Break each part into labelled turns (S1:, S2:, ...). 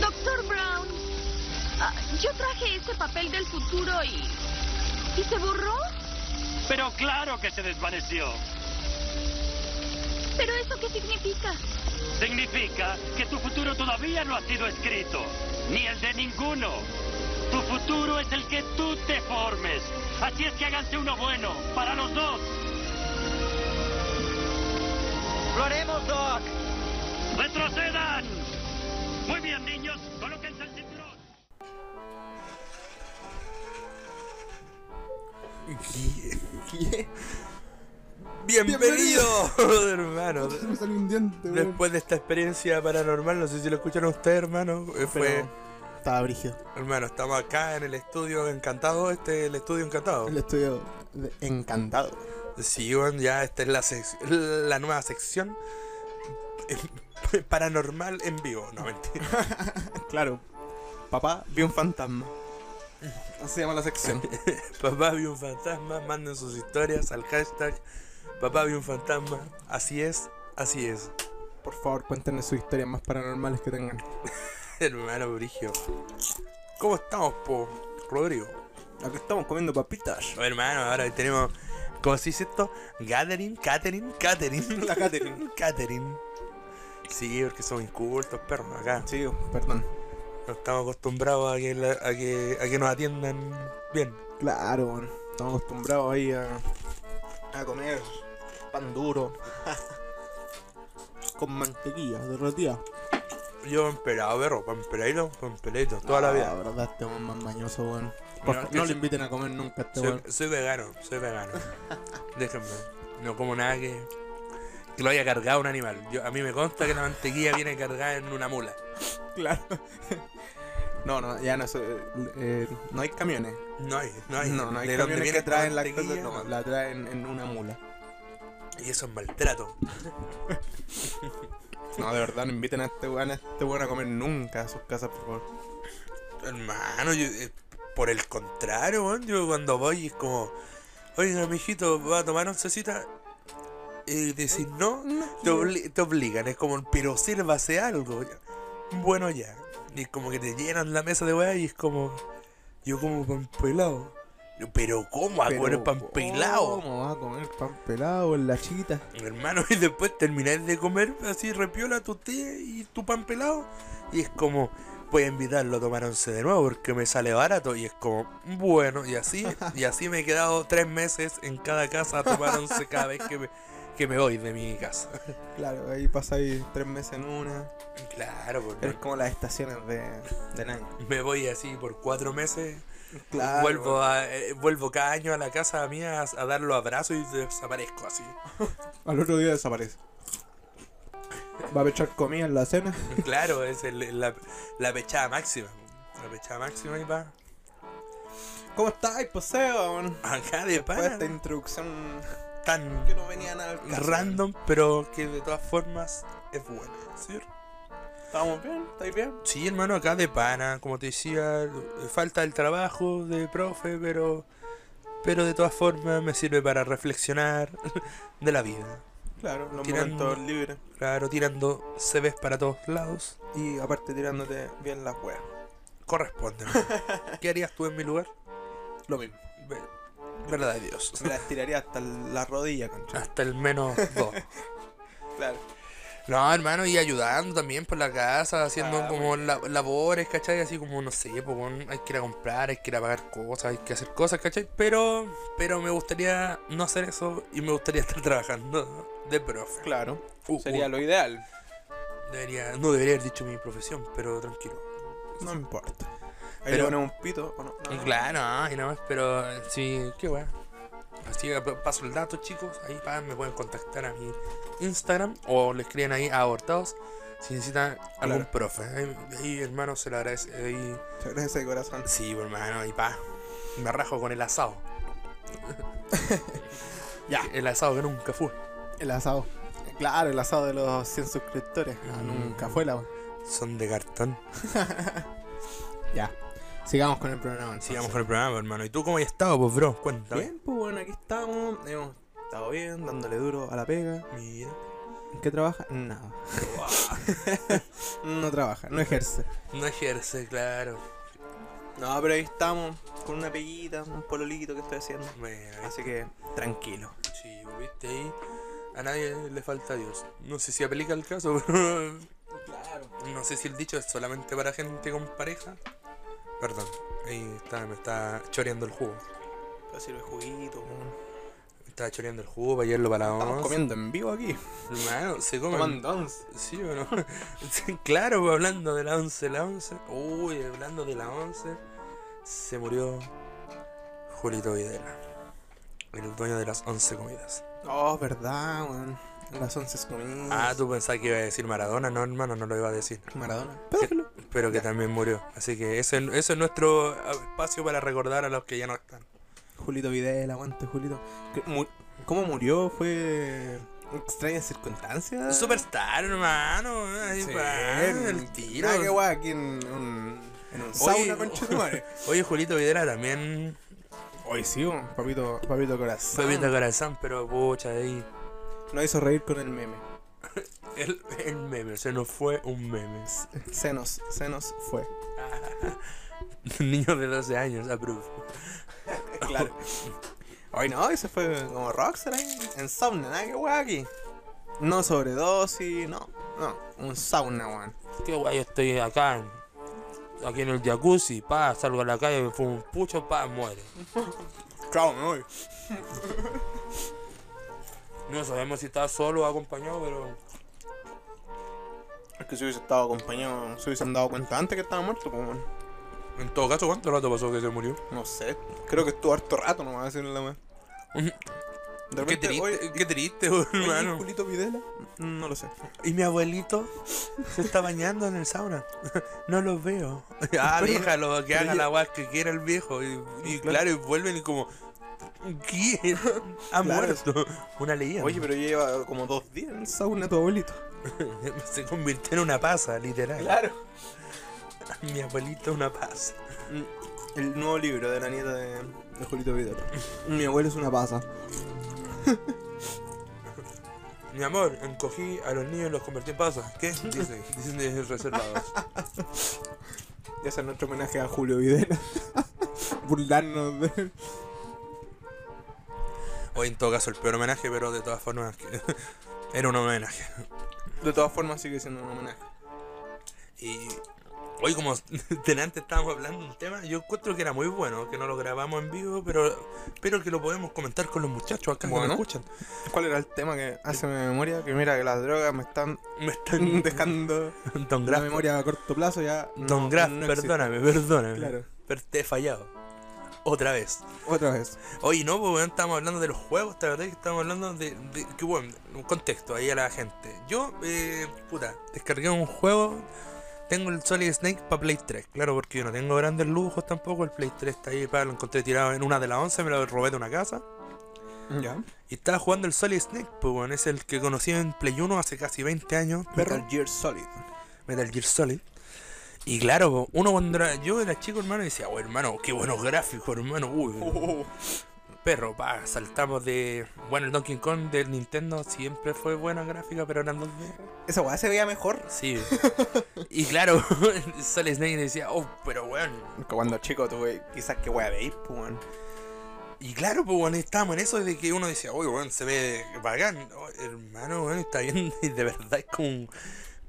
S1: Doctor Brown, ah, yo traje ese papel del futuro y... ¿Y se borró?
S2: Pero claro que se desvaneció.
S1: ¿Pero eso qué significa?
S2: Significa que tu futuro todavía no ha sido escrito, ni el de ninguno. Tu futuro es el que tú te formes. Así es que háganse uno bueno, para los dos.
S3: ¡Lo haremos, Doc!
S2: ¡Retrocedan! Muy bien, niños, colóquense el cinturón.
S4: ¿Qué? Bienvenidos, hermano.
S5: Se me salió un diente, weón.
S4: Después de esta experiencia paranormal, no sé si lo escucharon ustedes, hermano. eh, Fue,
S3: Pero estaba brígido.
S4: hermano, estamos acá en el estudio encantado. Este es el estudio encantado.
S3: El estudio de- encantado.
S4: Sí, weón, ya esta es la, sec- la nueva sección eh, paranormal en vivo. No, mentira.
S3: Claro. Papá vio un fantasma. Así se llama la sección.
S4: Papá vio un fantasma, manden sus historias al hashtag Papá vio un fantasma. Así es, así es.
S3: Por favor, cuéntenos sus historias más paranormales que tengan.
S4: Hermano Brigio. ¿Cómo estamos, po? Rodrigo.
S3: Acá estamos comiendo papitas.
S4: No, hermano, ahora tenemos. ¿Cómo se dice esto? Gathering, catering, catering.
S3: La Catherine.
S4: catering. Sí, porque somos incultos, perros, acá.
S3: Sí, perdón.
S4: No estamos acostumbrados a que, la- a que, a que nos atiendan bien.
S3: Claro, weón. estamos acostumbrados ahí a, a comer pan duro. Con mantequilla, derretida.
S4: Yo emperado, perro, pampereiro, pampereiro, toda la
S3: La
S4: vida.
S3: verdad, este weón más mañoso, weón.
S4: Mira,
S3: Por favor,
S4: yo
S3: no
S4: sí-
S3: le inviten a comer nunca a este
S4: Soy,
S3: weón.
S4: soy vegano, soy vegano. Déjenme. No como nada que, que lo haya cargado un animal. Yo- a mí me consta que la mantequilla viene cargada en una mula.
S3: Claro. No, no, ya no sé, eh, No hay camiones.
S4: No hay, no hay.
S3: No, no hay
S4: ¿De dónde viene
S3: camiones que
S4: esta
S3: traen la
S4: mantequilla?
S3: no,
S4: No.
S3: la traen en una mula.
S4: Y eso es maltrato.
S3: No, de verdad, no inviten a este weón a este weón a comer nunca a sus casas, por favor.
S4: Hermano, yo, eh, por el contrario, weón, yo cuando voy es como, oiga, mijito, ¿va a tomar oncecita? Y decís no, te, obli- te obligan, es como, pero sírvase algo. ya". Bueno, ya. Y es como que te llenan la mesa de weá y es como, yo como pan pelado. Yo, Pero ¿cómo a comer pan
S3: Oh,
S4: pelado?
S3: ¿Cómo vas a comer pan pelado en la chita?
S4: Hermano, y después terminás de comer así repiola tu té y tu pan pelado. Y es como, voy a invitarlo a tomar once de nuevo porque me sale barato. Y es como, bueno, y así, y así me he quedado tres meses en cada casa a tomar once cada vez que me, que me voy de mi casa.
S3: Claro, ahí pasáis tres meses en una.
S4: Claro,
S3: Pero es
S4: porque
S3: como las estaciones de, del año.
S4: me voy así por cuatro meses. vuelvo, a- eh, vuelvo cada año a la casa mía a, a dar los abrazos y desaparezco así.
S3: Al otro día desaparece. Va a pechar comida en la cena.
S4: Claro, es el- la, la pechada máxima. La pechada máxima y va.
S3: ¿Cómo estáis, pues, poseo?
S4: Acá de
S3: Después de
S4: pana,
S3: esta introducción
S4: tan
S3: que no venía nada al caso.
S4: random, pero que de todas formas es buena, ¿sí?
S3: ¿Estamos bien? ¿Estáis bien?
S4: Sí, hermano, acá de pana, como te decía, falta el trabajo de profe, pero pero de todas formas me sirve para reflexionar de la vida.
S3: Claro, los
S4: Tirando-
S3: momentos libres.
S4: Claro, tirando CVs para todos lados,
S3: Y aparte tirándote bien las weas.
S4: corresponde. hermano. ¿Qué harías tú en mi lugar?
S3: Lo mismo.
S4: Ve- Verdad de Dios.
S3: Me las tiraría hasta la rodilla, concha.
S4: Hasta el menos dos.
S3: Claro.
S4: No, hermano, y ayudando también por la casa, haciendo
S3: Ah,
S4: como la- labores, ¿cachai? Así como, no sé, pues, bueno, hay que ir a comprar, hay que ir a pagar cosas, hay que hacer cosas, ¿cachai? Pero, pero me gustaría no hacer eso y me gustaría estar trabajando de profe.
S3: Claro.
S4: Uh,
S3: Sería
S4: uh,
S3: lo ideal.
S4: debería- no debería haber dicho mi profesión, pero tranquilo.
S3: No me importa. Ahí
S4: Pero-
S3: le ponemos un pito o no. No, no.
S4: Claro, no, y nada más, pero eh, sí, qué weá. Así que pa- paso el dato, chicos. Ahí pa, me pueden contactar a mi Instagram o le escriben ahí a abortados si necesitan algún
S3: Claro.
S4: profe. Ahí, ahí, hermano, se lo agradece. Ahí,
S3: Muchas gracias de corazón.
S4: sí, pues, hermano, ahí pa. Me rajo con el asado.
S3: Ya.
S4: El asado que nunca fue.
S3: El asado. Claro, el asado de los 100 suscriptores. Ah,
S4: Mm.
S3: Nunca fue la
S4: Son de cartón.
S3: Ya. Sigamos con el programa. entonces.
S4: Sigamos con el programa, pues, hermano. ¿Y tú cómo has estado, pues, bro? Cuéntame.
S3: Bien, pues bueno, aquí estamos. Hemos estado bien, dándole duro a la pega.
S4: Mira.
S3: ¿En qué trabaja? Nada. no trabaja, no ejerce.
S4: No ejerce, claro.
S3: No, pero ahí estamos, con una peguita, un pololito que estoy haciendo.
S4: Bueno, ahí
S3: Así que, tranquilo.
S4: Sí, viste ahí. A nadie le falta Dios. No sé si aplica el caso, pero.
S3: Claro.
S4: No sé si el dicho es solamente para gente con pareja. Perdón, ahí está, me está choreando el jugo.
S3: Para sirve juguito, weón.
S4: Me está choreando el jugo para llevarlo para la
S3: Estamos
S4: once.
S3: comiendo en vivo aquí.
S4: Hermano, se come.
S3: Tomando once.
S4: Sí, bueno. Sí, claro, pues, hablando de la 11, la 11. Uy, hablando de la 11, se murió Julito Videla. El dueño de las 11 comidas.
S3: Oh, verdad, weón. A Las once comidas.
S4: Ah, tú pensabas que iba a decir Maradona. No, hermano, no lo iba a decir.
S3: Maradona.
S4: Pero que también murió. Así que ese, ese es nuestro espacio para recordar a los que ya no están.
S3: Julito Videla, aguante, Julito. ¿Qué- mu- ¿Cómo murió? ¿Fue extrañas circunstancias?
S4: Superstar, hermano. Ahí
S3: Sí,
S4: va, el tiro.
S3: Ah, qué guay, aquí en un, en un sauna, concha de madre.
S4: Oye, Julito Videla también
S3: Hoy sí, bo, papito, papito corazón.
S4: fue viendo corazón, pero pucha, ahí
S3: Nos hizo reír con el meme.
S4: El, el meme, se nos fue un meme.
S3: Se nos, se nos fue.
S4: Niños de 12 años, approve.
S3: Claro. Hoy no, ese fue como Rockstar ahí, en sauna, nada que guay aquí. No sobredosis, no, no, un sauna, weón.
S4: Qué guay, estoy acá. Aquí en el jacuzzi, pa, salgo a la calle, me fumo un pucho, pa, muere.
S3: Chao, me voy.
S4: No sabemos si está solo o acompañado, pero.
S3: Es que si hubiese estado acompañado, se hubiesen dado cuenta antes que estaba muerto, pues, weón.
S4: En todo caso, ¿cuánto rato pasó que se murió?
S3: No sé, creo que estuvo harto rato nomás haciendo la weá.
S4: Ujú.
S3: De
S4: Qué
S3: repente,
S4: triste,
S3: oye,
S4: qué triste, bro,
S3: oye,
S4: hermano.
S3: Julito Videla? No lo sé.
S4: Y mi abuelito se está bañando en el sauna. No lo veo. Ah,
S3: Pero-
S4: déjalo, que
S3: pero
S4: haga
S3: ya-
S4: la guay que quiera el viejo. Y, y claro,
S3: Claro.
S4: y vuelven y como. ¿Quién? Ha
S3: Claro.
S4: muerto. Una leyenda.
S3: Oye, pero lleva como dos días en el sauna tu abuelito.
S4: se convirtió en una pasa, literal.
S3: Claro.
S4: Mi abuelito una pasa.
S3: El nuevo libro de la nieta de, de Julito Videla. Mi abuelo es una pasa.
S4: Mi amor, encogí a los niños y los convertí en pasas. ¿Qué? Dicen, dicen de reservados.
S3: Y ese es nuestro homenaje a Julio Videla. Burlarnos de.
S4: Oye, en todo caso, el peor homenaje, pero de todas formas, que- era un homenaje.
S3: De todas formas, sigue siendo un homenaje.
S4: Y hoy como delante estábamos hablando de un tema, yo encuentro que era muy bueno, que no lo grabamos en vivo, pero pero que lo podemos comentar con los muchachos acá que
S3: Bueno.
S4: nos escuchan.
S3: ¿Cuál era el tema que hace mi memoria? Que mira que las drogas me están
S4: Me están
S3: dejando
S4: Don
S3: la
S4: Graf,
S3: memoria a corto plazo ya. no-
S4: Don Graf,
S3: no existe.
S4: perdóname, perdóname.
S3: Claro.
S4: Pero te he fallado. Otra vez.
S3: Otra vez.
S4: Oye, no, pues weón, estábamos hablando de los juegos, la verdad que estábamos hablando de, de- que bueno, un contexto ahí a la gente. Yo, eh, puta, descargué un juego, tengo el Solid Snake para Play 3, claro, porque yo no tengo grandes lujos tampoco, el Play 3 está ahí, pa, lo encontré tirado en una de las 11, me lo robé de una casa.
S3: Ya.
S4: Y estaba jugando el Solid Snake, pues bueno, es el que conocí en Play 1 hace casi 20 años, perro.
S3: Metal Gear Solid.
S4: Metal Gear Solid. Y claro, po, uno cuando era, yo era chico, hermano, decía, oh, hermano, qué buenos gráficos, hermano, uy. Perro, pa, saltamos de. Bueno, el Donkey Kong del Nintendo siempre fue buena gráfica, pero eran 2D.
S3: Esa weá se veía mejor.
S4: Sí. y claro, Solid Snake decía, oh, pero bueno.
S3: Que Cuando chico tuve quizás que weá veis, pues weón.
S4: Y claro, pues bueno, estábamos en eso de que uno decía, uy, bueno, se ve bacán. Oh, hermano, bueno, está bien, y de verdad es como. un-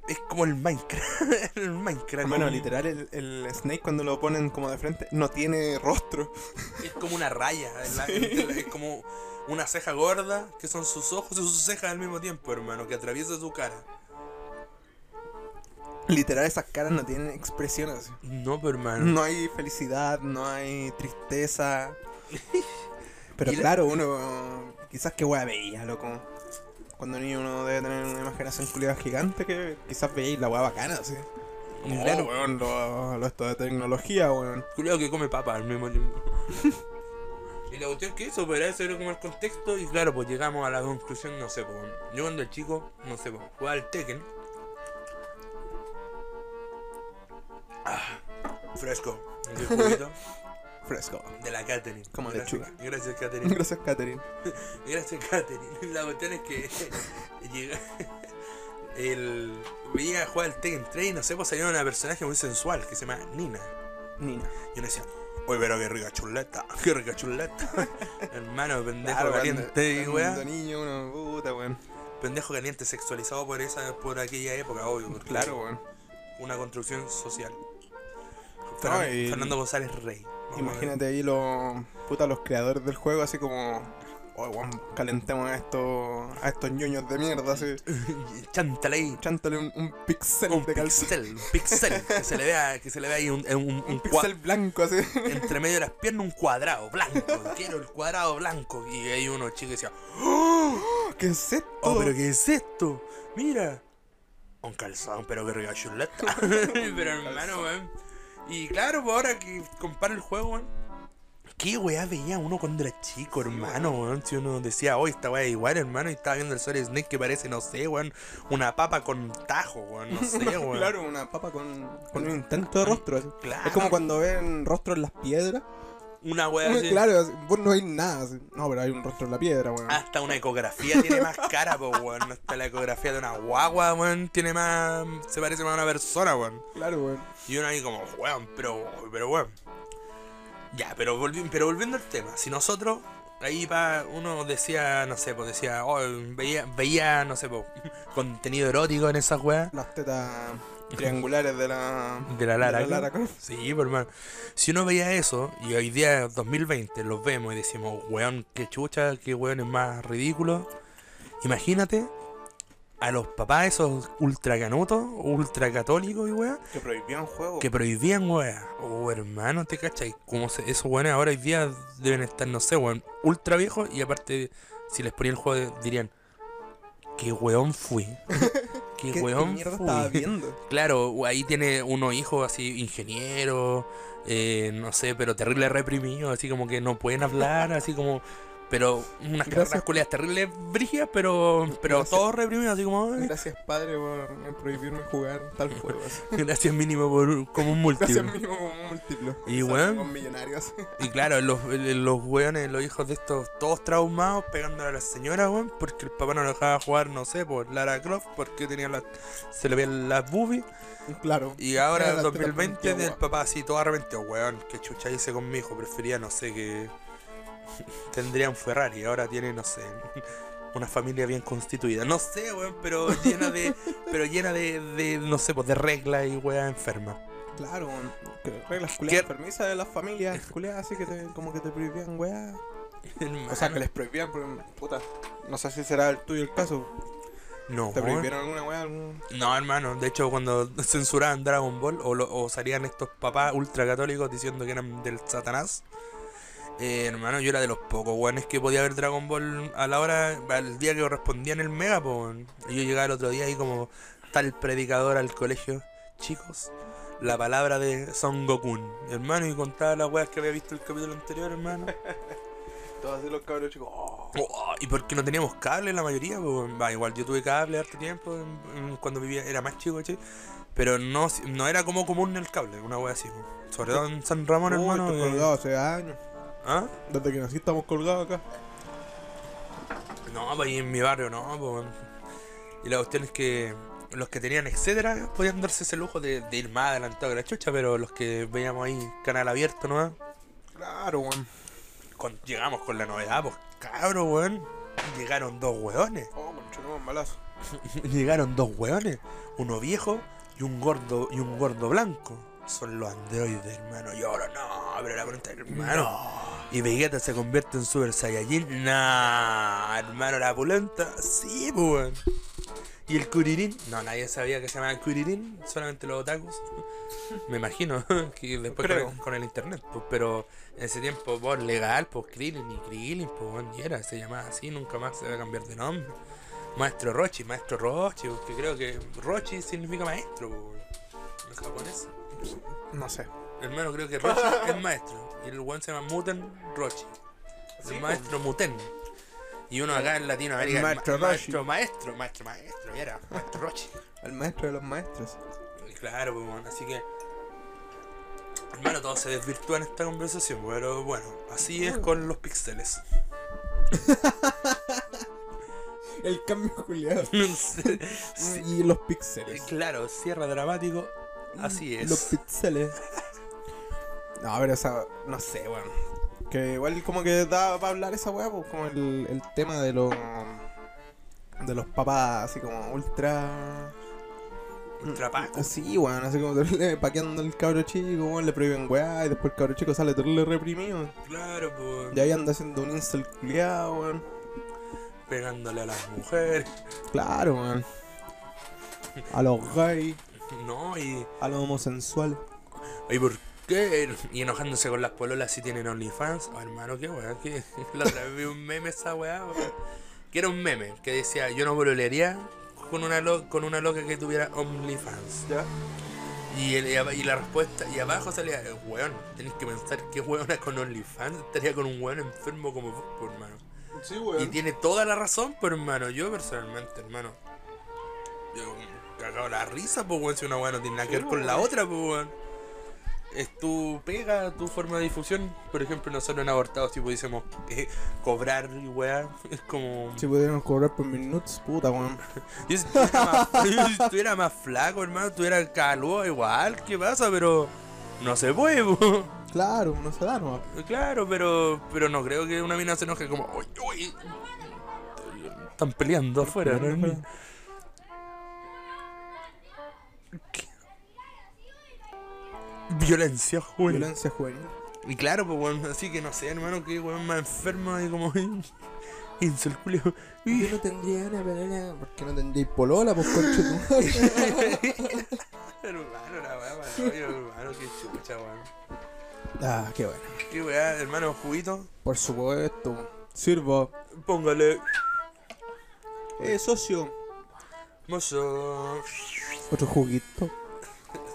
S4: Es como el Minecraft. el Minecraft.
S3: Hermano,
S4: como-
S3: literal, el, el Snake cuando lo ponen como de frente no tiene rostro.
S4: Es como una raya. Es, la- es como una ceja gorda, que son sus ojos y sus cejas al mismo tiempo, hermano, que atraviesa su cara.
S3: Literal, esas caras no tienen expresiones.
S4: No, pero hermano.
S3: No hay felicidad, no hay tristeza. Pero
S4: Y la-
S3: claro, uno quizás que weá veía, loco. Cuando niño uno debe tener una imaginación culiada gigante que quizás veía la weá bacana, sí.
S4: Y
S3: Oh,
S4: claro,
S3: weón, lo, lo esto de tecnología, weón.
S4: Culeado que come papa al mismo tiempo. y la cuestión que eso, pero eso era como el contexto. Y claro, pues llegamos a la conclusión, no sé, pues. Yo cuando el chico, no sé, pues, jugaba al Tekken. Ah, fresco. El juguito
S3: Fresco.
S4: de la Catherine.
S3: Como
S4: gracias,
S3: lechuga.
S4: gracias, Catherine.
S3: Gracias, Catherine.
S4: Gracias, Catherine. La cuestión es que llega- el, veía jugar al Tekken 3 y no sé, pues salió una personaje muy sensual que se llama Nina.
S3: Nina.
S4: Y uno decía, uy, pero qué rica chuleta, qué rica chuleta. Hermano, pendejo
S3: Claro,
S4: caliente, y
S3: cuando-
S4: weá.
S3: cuando niño, uno, puta, weón.
S4: Pendejo caliente sexualizado por esa por aquella época, obvio. porque
S3: Claro, weón.
S4: Una construcción social. Fernan-
S3: No, y-
S4: Fernando González Rey. Vamos a ver.
S3: Imagínate ahí los puta los creadores del juego así como oh, weón, calentemos a estos a estos ñoños de mierda así,
S4: Chántale ahí.
S3: chántale un, un pixel
S4: Un
S3: de calzón,
S4: pixel, un pixel. que se le vea, que se le vea ahí un, un, un,
S3: un
S4: cua-
S3: pixel blanco así.
S4: entre medio de las piernas un cuadrado blanco. Quiero el cuadrado blanco. Y hay uno chico que decía, ¡Oh!
S3: ¿Qué es esto?
S4: oh, pero qué es esto? Mira. Un calzón, pero que rica chuleta. pero hermano, weón. Y claro, pues ahora que comparo el juego, weón. ¿Qué weá veía uno cuando era chico, hermano, weón? Si uno decía, hoy esta weá es igual, hermano, y estaba viendo el Solid Snake que parece, no sé, weón, una papa con tajo, weón, no sé, weón.
S3: Claro, una papa con, con un intento de rostro. así.
S4: Claro.
S3: Es como cuando ven rostro en las piedras.
S4: Una weá así.
S3: Claro, así, vos no hay nada. así. No, pero hay un rostro en la piedra, weón.
S4: Hasta una ecografía tiene más cara, pues, weón. Hasta la ecografía de una guagua, weón, tiene más. Se parece más a una persona, weón.
S3: Claro, weón.
S4: Y uno ahí como, weón, pero, pero weón. Ya, pero, volvi- pero volviendo al tema, si nosotros, ahí pa, uno decía, no sé, pues decía, oh, veía, veía, no sé, pues, contenido erótico en esas weas.
S3: Las tetas triangulares de la.
S4: De la Lara.
S3: De la Lara
S4: Croft.
S3: Croft.
S4: Sí, pero hermano. Si uno veía eso, y hoy día, 2020, los vemos y decimos, weón, qué chucha, qué weón es más ridículo. Imagínate a los papás, esos ultracanutos, ultracatólicos y weón,
S3: Que prohibían juego.
S4: que prohibían weón. Oh, hermano, te cachai. Como se, esos weones ahora hoy día deben estar, no sé, weón, ultra viejos. Y aparte, si les ponía el juego, dirían, qué weón fui. Qué,
S3: ¿Qué,
S4: weón
S3: mierda
S4: fui.
S3: estaba viendo?
S4: Claro, ahí tiene unos hijos así, ingeniero, eh, no sé, pero terrible reprimido, así como que no pueden hablar, así como. Pero unas carreras
S3: Gracias.
S4: culias terribles brigias, pero, pero
S3: Gracias.
S4: todos reprimidos, así como. "Ay,
S3: Gracias, padre, por eh, prohibirme jugar tal juego. así.
S4: Gracias mínimo por como un múltiple.
S3: Gracias, mínimo múltiplo.
S4: Y,
S3: Esas
S4: weón.
S3: Con millonarios.
S4: Y claro, los, eh, los weones, los hijos de estos, todos traumados, pegándole a la señora, weón, porque el papá no lo dejaba jugar, no sé, por Lara Croft, porque tenía las se le veían las boobies.
S3: Claro.
S4: Y ahora
S3: Era
S4: en
S3: la
S4: 2020
S3: teta
S4: del
S3: antigua.
S4: papá así todo arrepentido, weón, que chucha hice con mi hijo, prefería, no sé, que tendría un Ferrari, ahora tiene, no sé, una familia bien constituida, no sé, weón, pero llena de, pero llena de, de, no sé, pues de reglas y weón enferma.
S3: Claro, weón. Que reglas
S4: ¿Qué?
S3: culiadas permisas de las familias culiadas así que te, como que te prohibían, weá. O sea, que les prohibían, porque, puta, no sé si será el tuyo el caso.
S4: no,
S3: ¿Te
S4: weón.
S3: prohibieron alguna weá? algún-
S4: No, hermano, de hecho cuando censuraban Dragon Ball o, lo- o salían estos papás ultracatólicos diciendo que eran del Satanás, eh, hermano, yo era de los pocos weones que podía ver Dragon Ball a la hora, al día que correspondía en el Mega, po, weón. Y yo llegaba el otro día ahí como tal predicador al colegio, chicos, la palabra de Son Goku, hermano, y contaba las weas que había visto el capítulo anterior, hermano.
S3: Todos así los cabros chicos. oh.
S4: Oh, y porque no teníamos cable la mayoría, pues, va, igual yo tuve cable harto tiempo en- en- cuando vivía, era más chico, che, pero no, si- no era como común el cable, una wea así, pues. sobre todo en San Ramón,
S3: Uy,
S4: hermano.
S3: estoy
S4: eh,
S3: colgado hace años.
S4: ¿ah?
S3: Desde que nací estamos colgados acá.
S4: No, pues ahí en mi barrio no, pues. Y la cuestión es que los que tenían etcétera podían darse ese lujo de, de ir más adelantado que la chucha, pero los que veíamos ahí canal abierto nomás,
S3: Claro, weón.
S4: con- llegamos con la novedad, pues cabro, weón. Llegaron dos weones.
S3: Oh, conchonemos malazo.
S4: Llegaron dos hueones, uno viejo y un gordo y un gordo blanco. Son los androides, hermano. Y ahora no, pero la pregunta hermano. Y Vegeta se convierte en Super Saiyajin. Nah, hermano, la pulenta. Sí, pues. weón. Y el Kuririn. No, nadie sabía que se llamaba Kuririn, solamente los otakus. Me imagino que después con
S3: Creo.
S4: el, con el internet, pues, pero en ese tiempo, pues, legal, pues, Krillin y Krillin, pues, weón, y era, se llamaba así, nunca más se va a cambiar de nombre. Maestro Rochi, maestro Rochi, porque creo que Rochi significa maestro po, en japonés.
S3: No sé.
S4: Hermano, creo que Rochi es maestro. Y el weón se llama Muten Rochi. El maestro Muten. Y uno acá en Latinoamérica.
S3: pues. El maestro
S4: el ma- el
S3: Rochi.
S4: Maestro, maestro, maestro, maestro. y era maestro Rochi.
S3: El maestro de los maestros.
S4: Y Claro, pues, weón, así que. Hermano, todo se desvirtúa en esta conversación, pero Mm. bueno, así es con los pixeles.
S5: El cambio Julián.
S4: Sí, Mm.
S5: Y los píxeles.
S4: Mm. Eh, claro, cierra dramático. Así es.
S5: Los píxeles.
S3: No, pero esa. No sé, weón. Que igual como que da para hablar esa weá, pues como el, el tema de los. De los papás, así como ultra.
S4: mm, Ultrapaco.
S3: Sí, weón, así como terrible paqueando el cabro chico, weón, le prohíben weá, y después el cabro chico sale terrible reprimido.
S4: Claro, pues.
S3: Y ahí anda haciendo un incel culiado, weón.
S4: Pegándole a las mujeres.
S3: Claro, weón. A los gays,
S4: No, y.
S3: a los homosexuales.
S4: ¿Y por qué? Y enojándose con las pololas si tienen OnlyFans. Oh, hermano, qué weá. Que... La otra vez vi un meme esa weá. weón. Que era un meme que decía: Yo no pololearía con una, lo- con una loca que tuviera OnlyFans.
S3: Ya.
S4: Y, el- y ab- y la respuesta, y abajo salía, eh, weón, tenés que pensar qué weona con OnlyFans estaría con un weón enfermo como vos, por hermano.
S3: Sí,
S4: Y tiene toda la razón, por hermano. Yo personalmente, hermano, yo mm, cagado la risa, pues weón, si una weón no tiene nada que
S3: Sí,
S4: ver con la
S3: weón.
S4: otra, pues weón. Es tu pega, tu forma de difusión. Por ejemplo, nosotros en abortados, si pudiésemos eh, cobrar y weá, es como.
S3: Si pudiéramos cobrar por minutos, puta, weón.
S4: Yo si estuviera más, yo si estuviera más flaco, hermano, tuviera calor igual, ¿qué pasa? Pero no se puede, po.
S3: Claro, no se da nomás.
S4: claro, pero pero no creo que una mina se enoje como, uy, uy, están peleando afuera, ¿no? hermano?" ¿Qué? Violencia, juvenil.
S3: Violencia juvenil.
S4: Y claro, pues weón, así que no sé, hermano, que weón más enfermo y como incel culiao.
S5: Yo no tendría una polola. ¿Por qué no tendría polola? Pues concha tu madre.
S4: hermano, la weá, para el hoyo, hermano, qué chucha, weón.
S3: Ah, qué bueno.
S4: Qué weá, hermano, juguito.
S3: Por supuesto. Sirvo.
S4: Póngale.
S3: Eh, socio.
S4: Mozo.
S3: Otro juguito.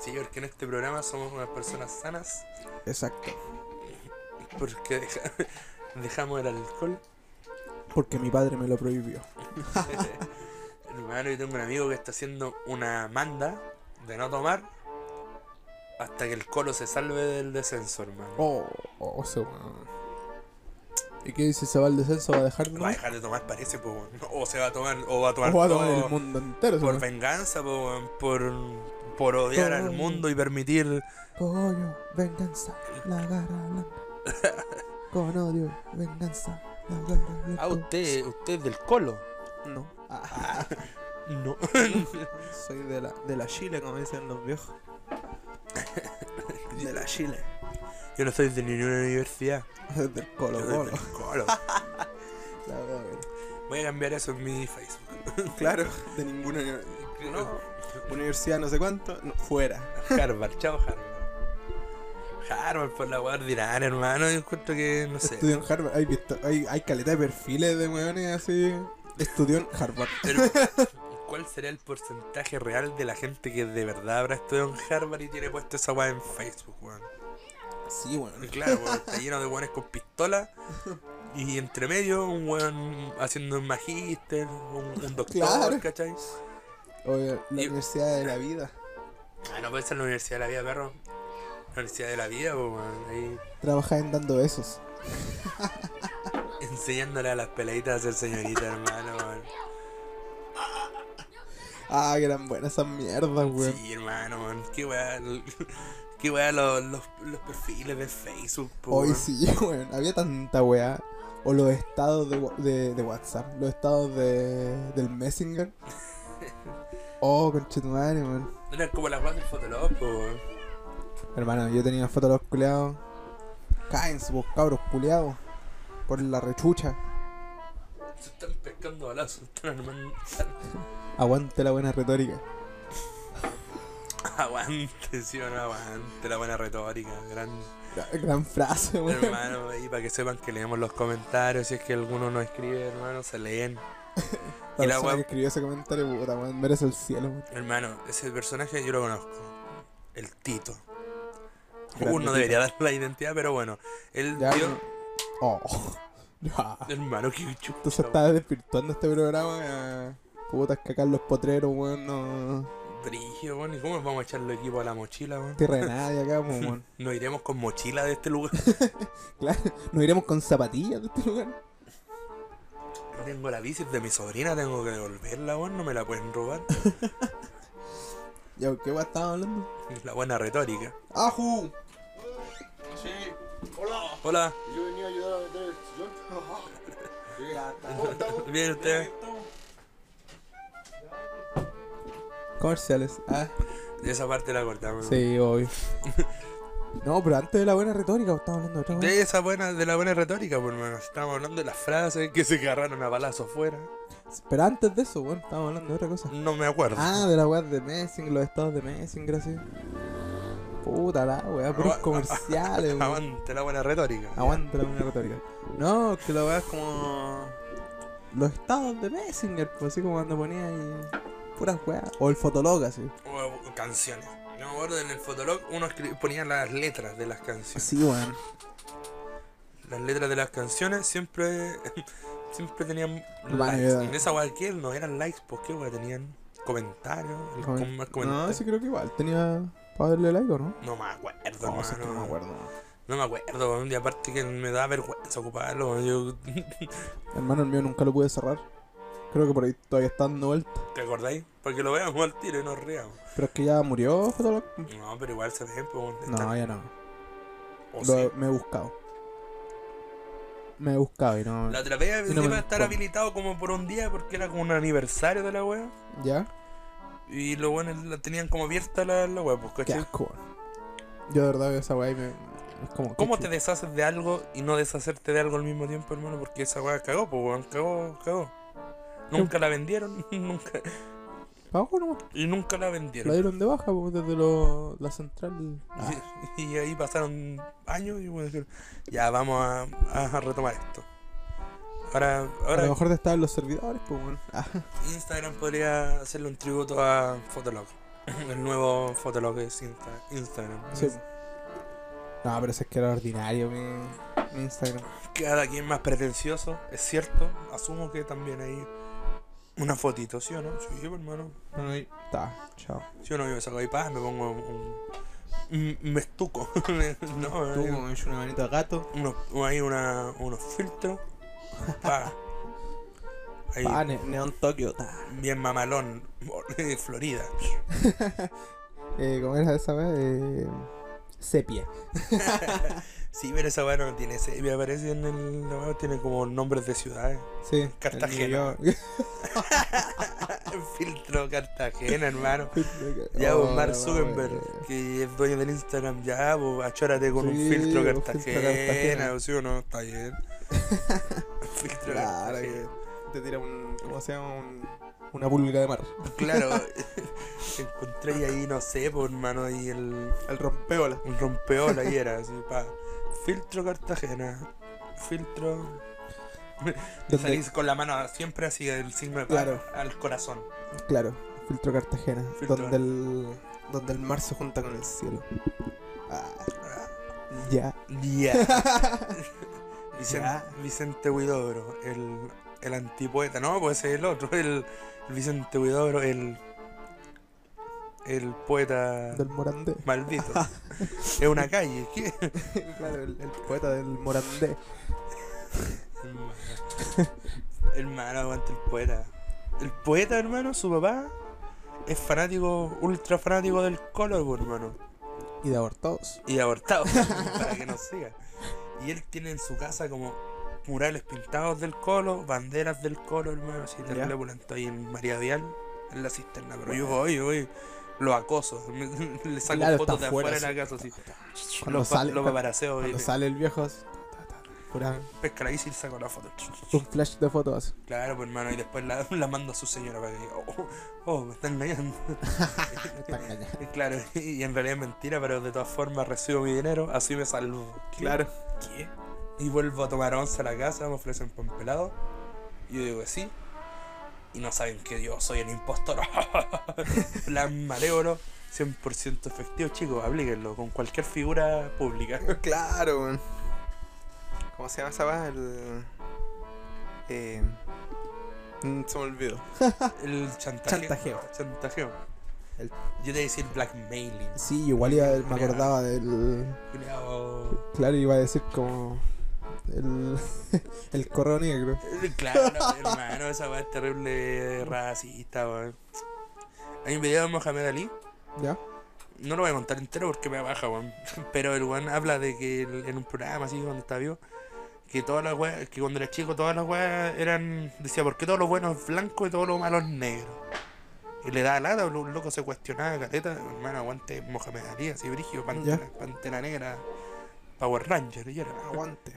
S4: Sí, porque en este programa somos unas personas sanas.
S3: Exacto.
S4: Porque deja- dejamos el alcohol.
S3: Porque mi padre me lo prohibió.
S4: Hermano, yo tengo un amigo que está haciendo una manda de no tomar hasta que el colo se salve del descenso, hermano.
S5: Oh, oh, ese weón. ¿Y qué dice? ¿Se va al descenso? ¿Va a dejar
S4: Va a dejar de tomar, parece, pues, weón. o se va a tomar, o va a tomar,
S5: ¿O va a
S4: todo
S5: tomar el mundo entero? ese
S4: por
S5: weón?
S4: venganza, po, weón, por, por odiar al
S5: Todo.
S4: mundo y permitir
S5: Cogollo, venganza, la garra blanca. Con odio, venganza, la garra blanca.
S4: a Ah, usted, usted es del colo.
S3: No. Ah,
S4: Ah, No.
S3: Soy de la, de la Chile, como dicen los viejos. De la Chile.
S4: Yo no soy de ninguna universidad.
S3: Del
S4: Yo
S3: Colo
S4: soy
S3: Colo.
S4: del colo.
S5: La verdad, güey.
S4: Voy a cambiar eso en mi Facebook.
S3: Claro, de ninguna uni- no, universidad, no sé cuánto. No, fuera.
S4: Harvard, chao Harvard. Harvard por la guardia hermano. Yo encuentro que, no sé.
S3: Estudió en Harvard. Hay, visto- hay, hay caleta de perfiles de weones así. Estudió en Harvard.
S4: Pero, ¿Cuál será el porcentaje real de la gente que de verdad habrá estudiado en Harvard y tiene puesto esa weá en Facebook, weón?
S3: Sí, weón.
S4: Claro, weón, está lleno de weones con pistola. Y entre medio, un weón haciendo un magíster, un, un doctor,
S5: Claro.
S4: ¿cachai?
S5: Oye, la
S4: Y-
S5: universidad de la vida.
S4: Ah, no puede ser la Universidad de la Vida, perro. La Universidad de la Vida, po, weón. Ahí
S5: Trabajar en dando besos.
S4: enseñándole a las peladitas a ser señorita, hermano, weón.
S5: Ah, que eran buenas esas mierdas, güey.
S4: Sí, hermano, man. Qué weá. Qué weá los, los, los perfiles de Facebook, po,
S5: Hoy
S4: weón.
S5: sí, güey. Había tanta weá. O los estados de, wa- de, de WhatsApp. Los estados de, del Messenger. Oh, conchetumare, güey.
S4: Eran como las weas del Fotolog, po, weón.
S5: Hermano, yo tenía fotos de los culeados. Cáense, vos cabros culeados. Por la rechucha.
S4: Se están pescando balazos, están armando. están-
S5: Aguante la buena retórica.
S4: Aguante, sí o no, aguante. La buena retórica, grande.
S5: Gran- Gran frase, weón.
S4: hermano, ahí para que sepan que leemos los comentarios. Si es que alguno no escribe, hermano, se leen.
S5: La
S4: Y la
S5: persona
S4: wea-
S5: que escribió ese comentario, puta, weón. Merece el cielo, weón.
S4: Hermano, ese personaje yo lo conozco. El Tito.
S5: Grande
S4: Uno
S5: Tito.
S4: debería dar la identidad, pero bueno. Él
S5: Ya,
S4: dio-
S5: no. Oh. Ya.
S4: Hermano, qué chucha.
S5: Tú se estás desvirtuando este programa. eh. Puta, es que acá en los potreros, weón. No.
S4: Brigio, weón, ¿y cómo nos vamos a echar los equipos a la mochila, weón?
S5: Tierra de nadie acá, pues, weón.
S4: Nos iremos con mochila de este lugar.
S5: Claro. Nos iremos con zapatillas de este lugar.
S4: Tengo la bici de mi sobrina, tengo que devolverla, weón. No me la pueden robar.
S3: Ya, ¿qué weá estaba hablando?
S4: La buena retórica.
S3: ¡Aju!
S6: Sí, hola.
S4: Hola,
S6: Yo venía a ayudar a meter el sillón. ¿Cómo estamos?
S4: Bien, ¿ustedes?
S6: estamos.
S3: Comerciales. Ah,
S4: de esa parte la cortamos.
S3: sí, obvio. No, pero antes de la buena retórica, estaba hablando de otra weá.
S4: De esa buena, de la buena retórica, pues hermano. Estábamos hablando de las frases que se agarraron a balazos fuera.
S3: Pero antes de eso, weón, estábamos hablando de otra cosa.
S4: No me acuerdo.
S3: Ah, de la weá de Messing, los estados de Messing, gracias. Puta la weá, puros comerciales, weón.
S4: Aguante la buena retórica.
S3: Aguanta la buena retórica. No, que la weá es como. Los estados de Messinger, pues así como cuando ponía ahí. Puras weas. O el fotolog, así.
S4: O canciones. Yo me acuerdo en el Fotolog uno escri- ponía las letras de las canciones.
S3: Sí, weón.
S4: Las letras de las canciones siempre siempre tenían
S3: Vale,
S4: likes.
S3: vale.
S4: En esa cualquier no eran likes, porque qué? weón? tenían comentarios, el
S3: Comen-
S4: com- más
S3: No,
S4: comentarios.
S3: ese creo que igual. Tenía. Para darle like, ¿o ¿no?
S4: No me acuerdo,
S3: No, ese
S4: hermano.
S3: no me acuerdo.
S4: No me acuerdo, weón, y aparte que me da vergüenza ocuparlo. Yo...
S3: Hermano, el mío nunca lo pude cerrar. Creo que por ahí todavía está dando vuelta.
S4: ¿Te acordáis? Porque lo veamos al tiro y nos reamos.
S3: Pero es que ya murió Fotolog.
S4: No, pero igual se ve, pues, weón,
S3: No,
S4: está-
S3: ya no.
S4: o
S3: Lo-
S4: sí.
S3: Me he buscado. Me he buscado y no.
S4: La terapia
S3: Y no me
S4: iba a estar
S3: acuerdo.
S4: habilitado como por un día porque era como un aniversario de la wea.
S3: ¿Ya?
S4: Y los buenos la tenían como abierta la, la wea, pues,
S3: Qué
S4: ¿cachai?
S3: asco, weón. Yo de verdad veo esa weá y me. Es como.
S4: ¿Cómo
S3: qué
S4: te deshaces de algo y no deshacerte de algo al mismo tiempo, hermano? Porque esa weá cagó, pues weón, cagó, cagó. Nunca la vendieron, nunca,
S3: chulo. Pa' abajo nomás.
S4: y nunca la
S3: La
S4: vendieron.
S3: dieron de baja po, desde lo- la central. Ah,
S4: Y, y ahí pasaron años y bueno, dijeron, ya vamos a, a retomar esto. Ahora,
S3: a lo
S4: ahora
S3: mejor te estaban los servidores, pues bueno. Ah,
S4: Instagram podría hacerle un tributo a Fotolog. El nuevo Fotolog es Insta- Instagram.
S3: sí. No, pero eso es que era ordinario mi, mi Instagram.
S4: Cada quien más pretencioso, es cierto. Asumo que también hay una fotito, ¿sí o no? Sí, pues, hermano.
S3: Está, chao.
S4: Si uno yo me saco ahí paz, me pongo un. un- Me estuco. no,
S3: Tú
S4: hay
S3: como hecho una manita de gato.
S4: unos, hay una, unos filtros. Pa. Ahí,
S3: Ah, ne- Neon Tokyo. ta.
S4: bien mamalón. Florida.
S3: Eh, ¿Cómo era esa weá? Eh, sepia.
S4: Sí, pero esa weá no tiene ese. Me aparece en el. la weá tiene como nombres de ciudades.
S3: Sí. en
S4: Cartagena.
S3: New York.
S4: Filtro Cartagena, hermano. Ya,
S3: Oh,
S4: vos, Mark
S3: la
S4: Zuckerberg,
S3: weá.
S4: que es dueño del Instagram, ya, vos, achórate con un
S3: Sí,
S4: filtro
S3: un filtro
S4: Cartagena,
S3: Cartagena.
S4: o ¿sí o no? Está bien. filtro
S3: Claro,
S4: Cartagena.
S3: que te tira un. ¿Cómo se llama? Un- una pulga de mar.
S4: Claro, encontré ahí, no sé, por hermano, ahí el,
S3: El rompeola.
S4: un rompeola ahí era, así, pa. Filtro Cartagena, filtro. Y
S3: Donde-
S4: salís con la mano siempre así, el signo de par
S3: Claro.
S4: al corazón.
S3: Claro, filtro Cartagena.
S4: Filtro.
S3: Donde, el, donde el mar se junta con el cielo. Ah, ya.
S4: Ya. Vicen-
S3: Ya.
S4: Vicente Huidobro, el, el antipoeta. No, pues ese es el otro, el, el Vicente Huidobro, el, el poeta
S3: Del Morandé.
S4: maldito. es una calle. ¿qué?
S3: claro, el, el poeta del Morandé.
S4: Hermano. hermano, aguante el poeta. El poeta, hermano, su papá es fanático, ultra fanático del color, pues, hermano.
S3: Y de abortados.
S4: y abortado para que nos siga. Y él tiene en su casa como murales pintados del colo, banderas del colo, hermano, así terrible opulento ahí en María Vial, en la cisterna, pero yo voy, yo voy, lo acoso, le saco
S3: Claro,
S4: fotos
S3: está
S4: de
S3: afuera,
S4: afuera de la
S3: sí.
S4: casa así.
S3: Cuando
S4: lo, pa-
S3: sale-
S4: lo
S3: cuando-
S4: paparaseo,
S3: Cuando
S4: y
S3: sale el viejo, así, ta, ta, ta, pura-
S4: pesca la bici y saco la foto.
S3: un flash de fotos.
S4: Claro, pues hermano, y después la, la mando a su señora para que diga, oh, oh, me están engañando.
S3: Está engañado.
S4: Y claro, y en realidad es mentira, pero de todas formas recibo mi dinero, así me salvo.
S3: Claro.
S4: ¿Qué? Y vuelvo a tomar once a la casa, me ofrecen pan pelado. Y yo digo que sí. Y no saben que yo soy el impostor. Plan malévolo, 100% efectivo, chicos, aplíquenlo con cualquier figura pública.
S7: Claro, weón. ¿Cómo se llama esa weá? El. Eh. mm, Se me olvidó.
S4: El chantaje.
S3: Ah, Chantajeo.
S4: Chantajeo.
S3: El-
S4: Yo te decía el blackmailing.
S3: Sí, igual iba- me acordaba del.
S4: Culeado.
S3: Claro, iba a decir como. el, el correo negro.
S4: Claro, hermano, esa weá es terrible racista, weón. Hay un video de Mohamed Ali.
S3: ¿Ya?
S4: No lo voy a contar entero porque me da baja, weón. Pero el weón habla de que el- en un programa así, cuando está vivo, que todas las weas, que cuando era chico, todas las weas eran. Decía, ¿por qué todos los buenos es blanco y todos los malos es negro? Y le da lata, lo- un loco se cuestionaba, caleta, hermano, aguante Mohamed Ali, así brígido, pantera, pantera negra, Power Ranger, y era. "Ah,
S3: Aguante.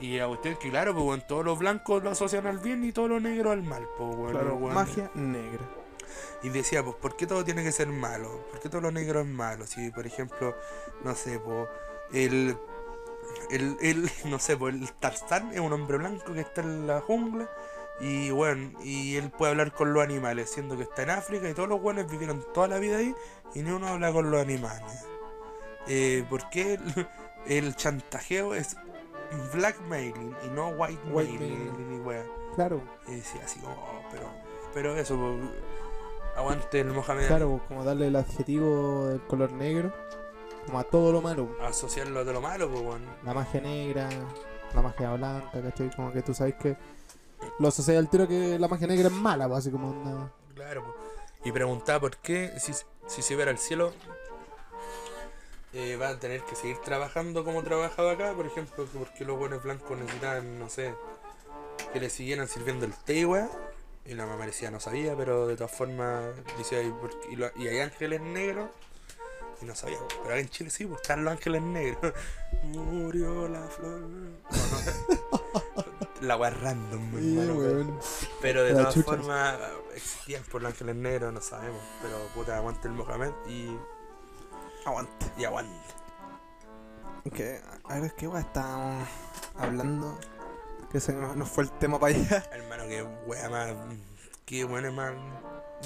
S4: Y a usted, que claro, pues, weón, todos los blancos lo asocian al bien y todos los negros al mal, pues, weón,
S3: Claro,
S4: los weones.
S3: magia negra.
S4: Y decía, pues, ¿por qué todo tiene que ser malo? ¿Por qué todo lo negro es malo? Si, por ejemplo, no sé, pues, el, el, el- no sé, pues, el Tarzán es un hombre blanco que está en la jungla y, bueno, y él puede hablar con los animales, siendo que está en África y todos los buenos vivieron toda la vida ahí y ni uno habla con los animales. Eh, ¿Por qué el, el chantajeo es blackmailing y no white,
S3: White
S4: mailing? y weón?
S3: Claro,
S4: Y decía así como, "Oh, pero, pero eso, po, aguante el Mohamed
S3: claro, pues, como darle el adjetivo del color negro, como a todo lo malo.
S4: Ali, asociarlo de lo malo, pues, weón.
S3: La magia negra, la magia blanca, ¿cachai? Como que tú sabes que lo asocias al tiro que la magia negra es mala, pues, así como onda.
S4: Claro, po. Y preguntaba por qué, si, si se viera al cielo, eh, van a tener que seguir trabajando como trabajaba acá, por ejemplo, que porque los buenos blancos necesitaban, no sé, que le siguieran sirviendo el té, weón. Y la mamá decía, no sabía, pero de todas formas, decía, y, por- y lo- y hay ángeles negros. Y no sabía, po. pero acá en Chile sí, pues están los ángeles negros. Murió la flor. No, no. la weá random,
S3: Y,
S4: hermano, weón.
S3: weón,
S4: Pues, Pero de
S3: La
S4: todas
S3: chucha.
S4: formas, existían por los ángeles negros, no sabemos. Pero puta, aguante el Mohamed y,
S5: Aguante.
S4: y aguante.
S5: Que, a ver, ¿qué weá estábamos hablando? Que se nos nos fue el tema para allá.
S4: Hermano, que wea más. Que bueno, más.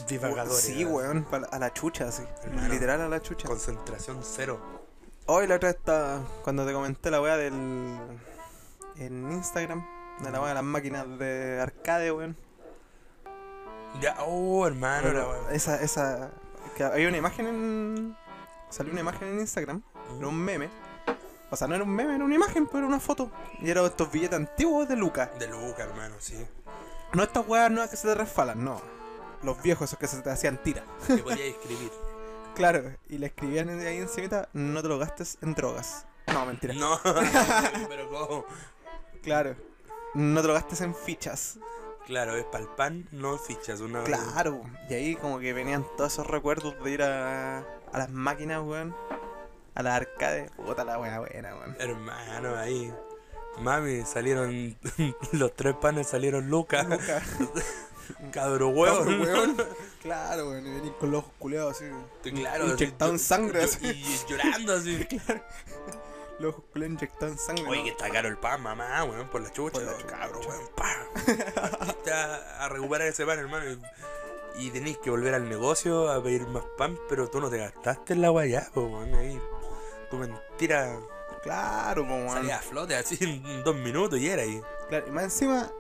S4: Divagadores.
S5: Sí,
S4: ¿verdad?
S5: weón, pa- a la chucha, así.
S4: Hermano.
S5: Literal a la chucha.
S4: Concentración cero.
S5: Hoy la otra vez estaba- cuando te comenté la weá del. en Instagram, de la weá de las máquinas de arcade, weón.
S4: Ya, oh, hermano, la
S5: Pero
S4: wea.
S5: esa, esa. Que había una imagen en. Salió una imagen en Instagram, era un meme. O sea, no era un meme, era una imagen, pero era una foto. Y era estos billetes antiguos de Lucas.
S4: De Luca, hermano, sí.
S5: No estas weas nuevas que se te resfalan, no. Los viejos esos que se te hacían tira.
S4: Que podía escribir.
S5: Claro, y le escribían ahí encimita, no te lo gastes en drogas. No, mentira.
S4: No, pero ¿cómo?
S5: Claro. No te lo gastes en fichas.
S4: Claro, es pa'l pan, no fichas. Una
S5: Claro, y ahí como que venían todos esos recuerdos de ir a, a las máquinas, weón. A las arcades. Puta la buena, buena, weón.
S4: Hermano, ahí. Mami, salieron. los tres panes salieron Lucas. Cabro huevo.
S5: Cabro, weón. Claro, weón, y venir con los ojos culeados así.
S4: Claro,
S5: Inyectado en sangre,
S4: Y, y llorando así.
S5: Los ojos culeados inyectados en sangre.
S4: Oye,
S5: ¿no?
S4: que está caro el pan, mamá, weón, por la chucha.
S5: Por la chucha,
S4: cabrón,
S5: chucha.
S4: weón, pa. Partiste a- a recuperar ese pan, hermano. y- Y tenéis que volver al negocio a pedir más pan, pero tú no te gastaste en la guayá, po, weón. Ahí tu mentira
S5: Claro, po, weón.
S4: salía a flote así en dos minutos y era ahí.
S3: Claro, y más encima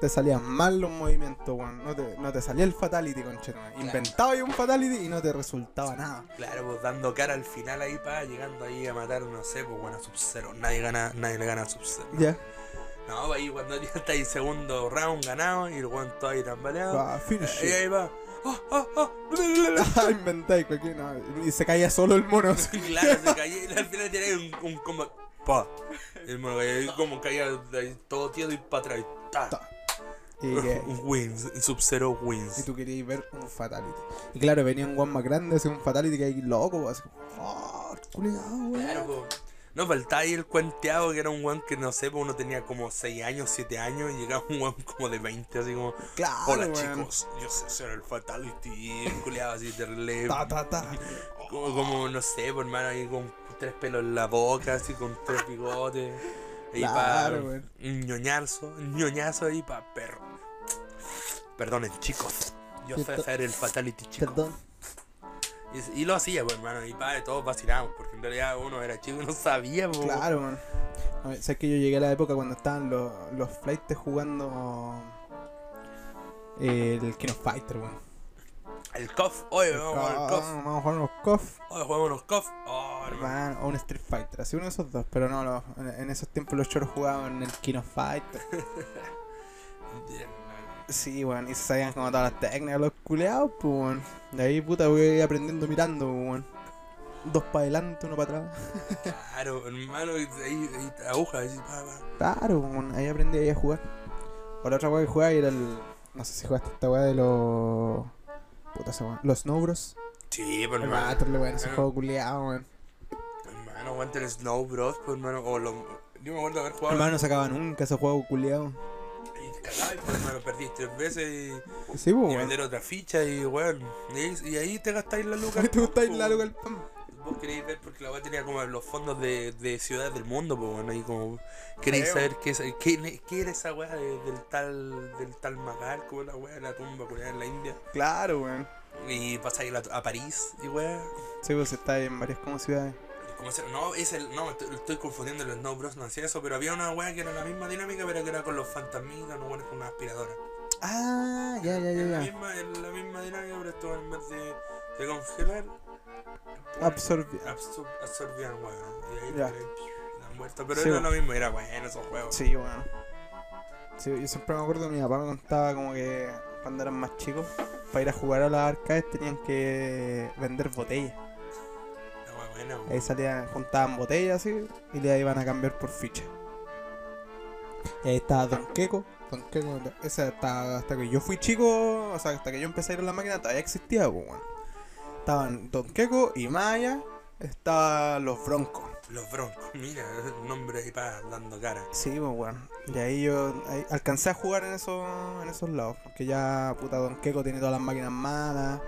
S3: te salían mal los movimientos, weón. No te, no te salía el fatality, conchetumare. Inventaba yo un fatality y no te resultaba nada.
S4: Claro, pues dando cara al final ahí, pa, llegando ahí a matar, no sé, pues bueno, a Sub-Zero. Nadie, gana, nadie le gana a Sub-Zero.
S3: Ya.
S4: No, pues, ahí cuando ya está ahí segundo round ganado y el weón todo ahí tambaleado.
S3: Va, finish.
S4: Y ahí va. Ah, ah, ah.
S3: Ah, Inventáis cualquier. no, y se caía solo el mono. así.
S4: Claro, se cayó y al final tenía un, un como. Pa. Y el mono caía ahí como caía de ahí todo tieso y para atrás. y ta.
S3: Ta. Y, que-
S4: Wins, Sub-Zero
S3: y
S4: wins.
S3: tú querías ver un fatality. Y claro, venía un guan más grande, hacía un fatality que hay loco, así. Oh, culiado, weón.
S4: Claro, po. No, faltaba ahí el cuenteado que era un weón que no sé, pues uno tenía como 6 años, 7 años y llegaba un weón como de 20, así como.
S3: Claro,
S4: Hola
S3: Ah, weón.
S4: chicos, yo sé hacer el fatality. Y el culiado así terrible.
S3: Ta, ta, ta.
S4: Como, como, no sé, por hermano, ahí con tres pelos en la boca, así con tres bigotes. Ahí
S3: Claro,
S4: pa,
S3: weón.
S4: un ñoñazo, un ñoñazo ahí pa perro. Perdonen, chicos. Yo sé
S3: Perdón.
S4: hacer el fatality, chicos.
S3: Perdón.
S4: Y, y lo hacía, pues, hermano, y pa, todos vacilábamos, porque en realidad uno era chico y no sabía, pues.
S3: Claro, man. A ver, sabes que yo llegué a la época cuando estaban los, los flightes jugando eh, el Kino Fighter, weón. Ah,
S4: El cof, oye, vamos a jugar al cof.
S3: Vamos a jugar unos KOF.
S4: Oye, jugamos unos cof. Oh,
S3: Pac-Man o un Street Fighter, así uno de esos dos. Pero no, los- en- en esos tiempos los choros jugaban en el Kino Fighter.
S4: Bien,
S3: Sí, weón, y se sabían como todas las técnicas, los culeados, pues, weón. De ahí, puta, voy aprendiendo mirando, pues, weón. Dos para adelante, uno para atrás.
S4: Claro, hermano, y ahí, ahí aguja, ahí, pa, pa.
S3: Claro, pues, weón, ahí aprendí ahí a jugar. O la otra weá que jugaba era el. No sé si jugaste esta weá de los. Puta, se weón. Los Snowbros.
S4: Sí, pues,
S3: El
S4: hermano.
S3: Battle, weón, ese
S4: Claro.
S3: juego culeado, weón.
S4: Hermano, aguante el Snow Bros, pues, hermano. O lo, yo me acuerdo de haber jugado.
S3: Hermano, no se acaba nunca ese juego culeado.
S4: Y cagaba, pues, hermano, perdí tres veces
S3: Sí,
S4: y,
S3: pues,
S4: y
S3: weón.
S4: vender otra ficha y, weón. Y, ahí- y ahí te gastáis la lucas.
S3: ¿Te gusta
S4: po,
S3: ir largo
S4: weón.
S3: el pan?
S4: Vos queréis ver porque la weá tenía como los fondos de, de ciudades del mundo, pues bueno, ahí como queréis saber qué, es, qué, qué era esa weá de- del tal del tal Magal, como la weá de la tumba culiada en la India.
S3: Claro, weón.
S4: Y pasáis a, la- a París y weá.
S3: Sí, pues está en varias como ciudades.
S4: ¿Cómo se- No, es el, no, estoy, estoy confundiendo los Snow Bros, no hacía eso, pero había una weá que era la misma dinámica, pero que era con los fantasmitas, no weá, con una aspiradora.
S3: Ah, ya, ya,
S4: Es la
S3: ya, ya.
S4: misma, es la misma dinámica, pero esto en vez de, de congelar,
S3: Absorbi.
S4: absor- absorbían weá. Y ahí
S3: Ya.
S4: le dan vuelta, pero
S3: Sí,
S4: era
S3: weón.
S4: lo mismo, era bueno esos juegos.
S3: Sí, bueno. Sí, yo siempre me acuerdo que mi papá me contaba como que cuando eran más chicos, para ir a jugar a las arcades tenían que vender botellas.
S4: La wea buena, weón.
S3: Ahí salían, juntaban botellas así y le iban a cambiar por ficha. Y ahí estaba Don Queco. Don Queco, esa hasta, hasta que yo fui chico, o sea, hasta que yo empecé a ir a la máquina todavía existía, pues bueno. Estaban Don Queco y Maya, estaban los Broncos.
S4: Los Broncos, mira, un hombre ahí para dando cara.
S3: Sí, pues weón. Y ahí yo ahí alcancé a jugar en esos, en esos lados. Porque ya, puta, Don Queco tiene todas las máquinas malas.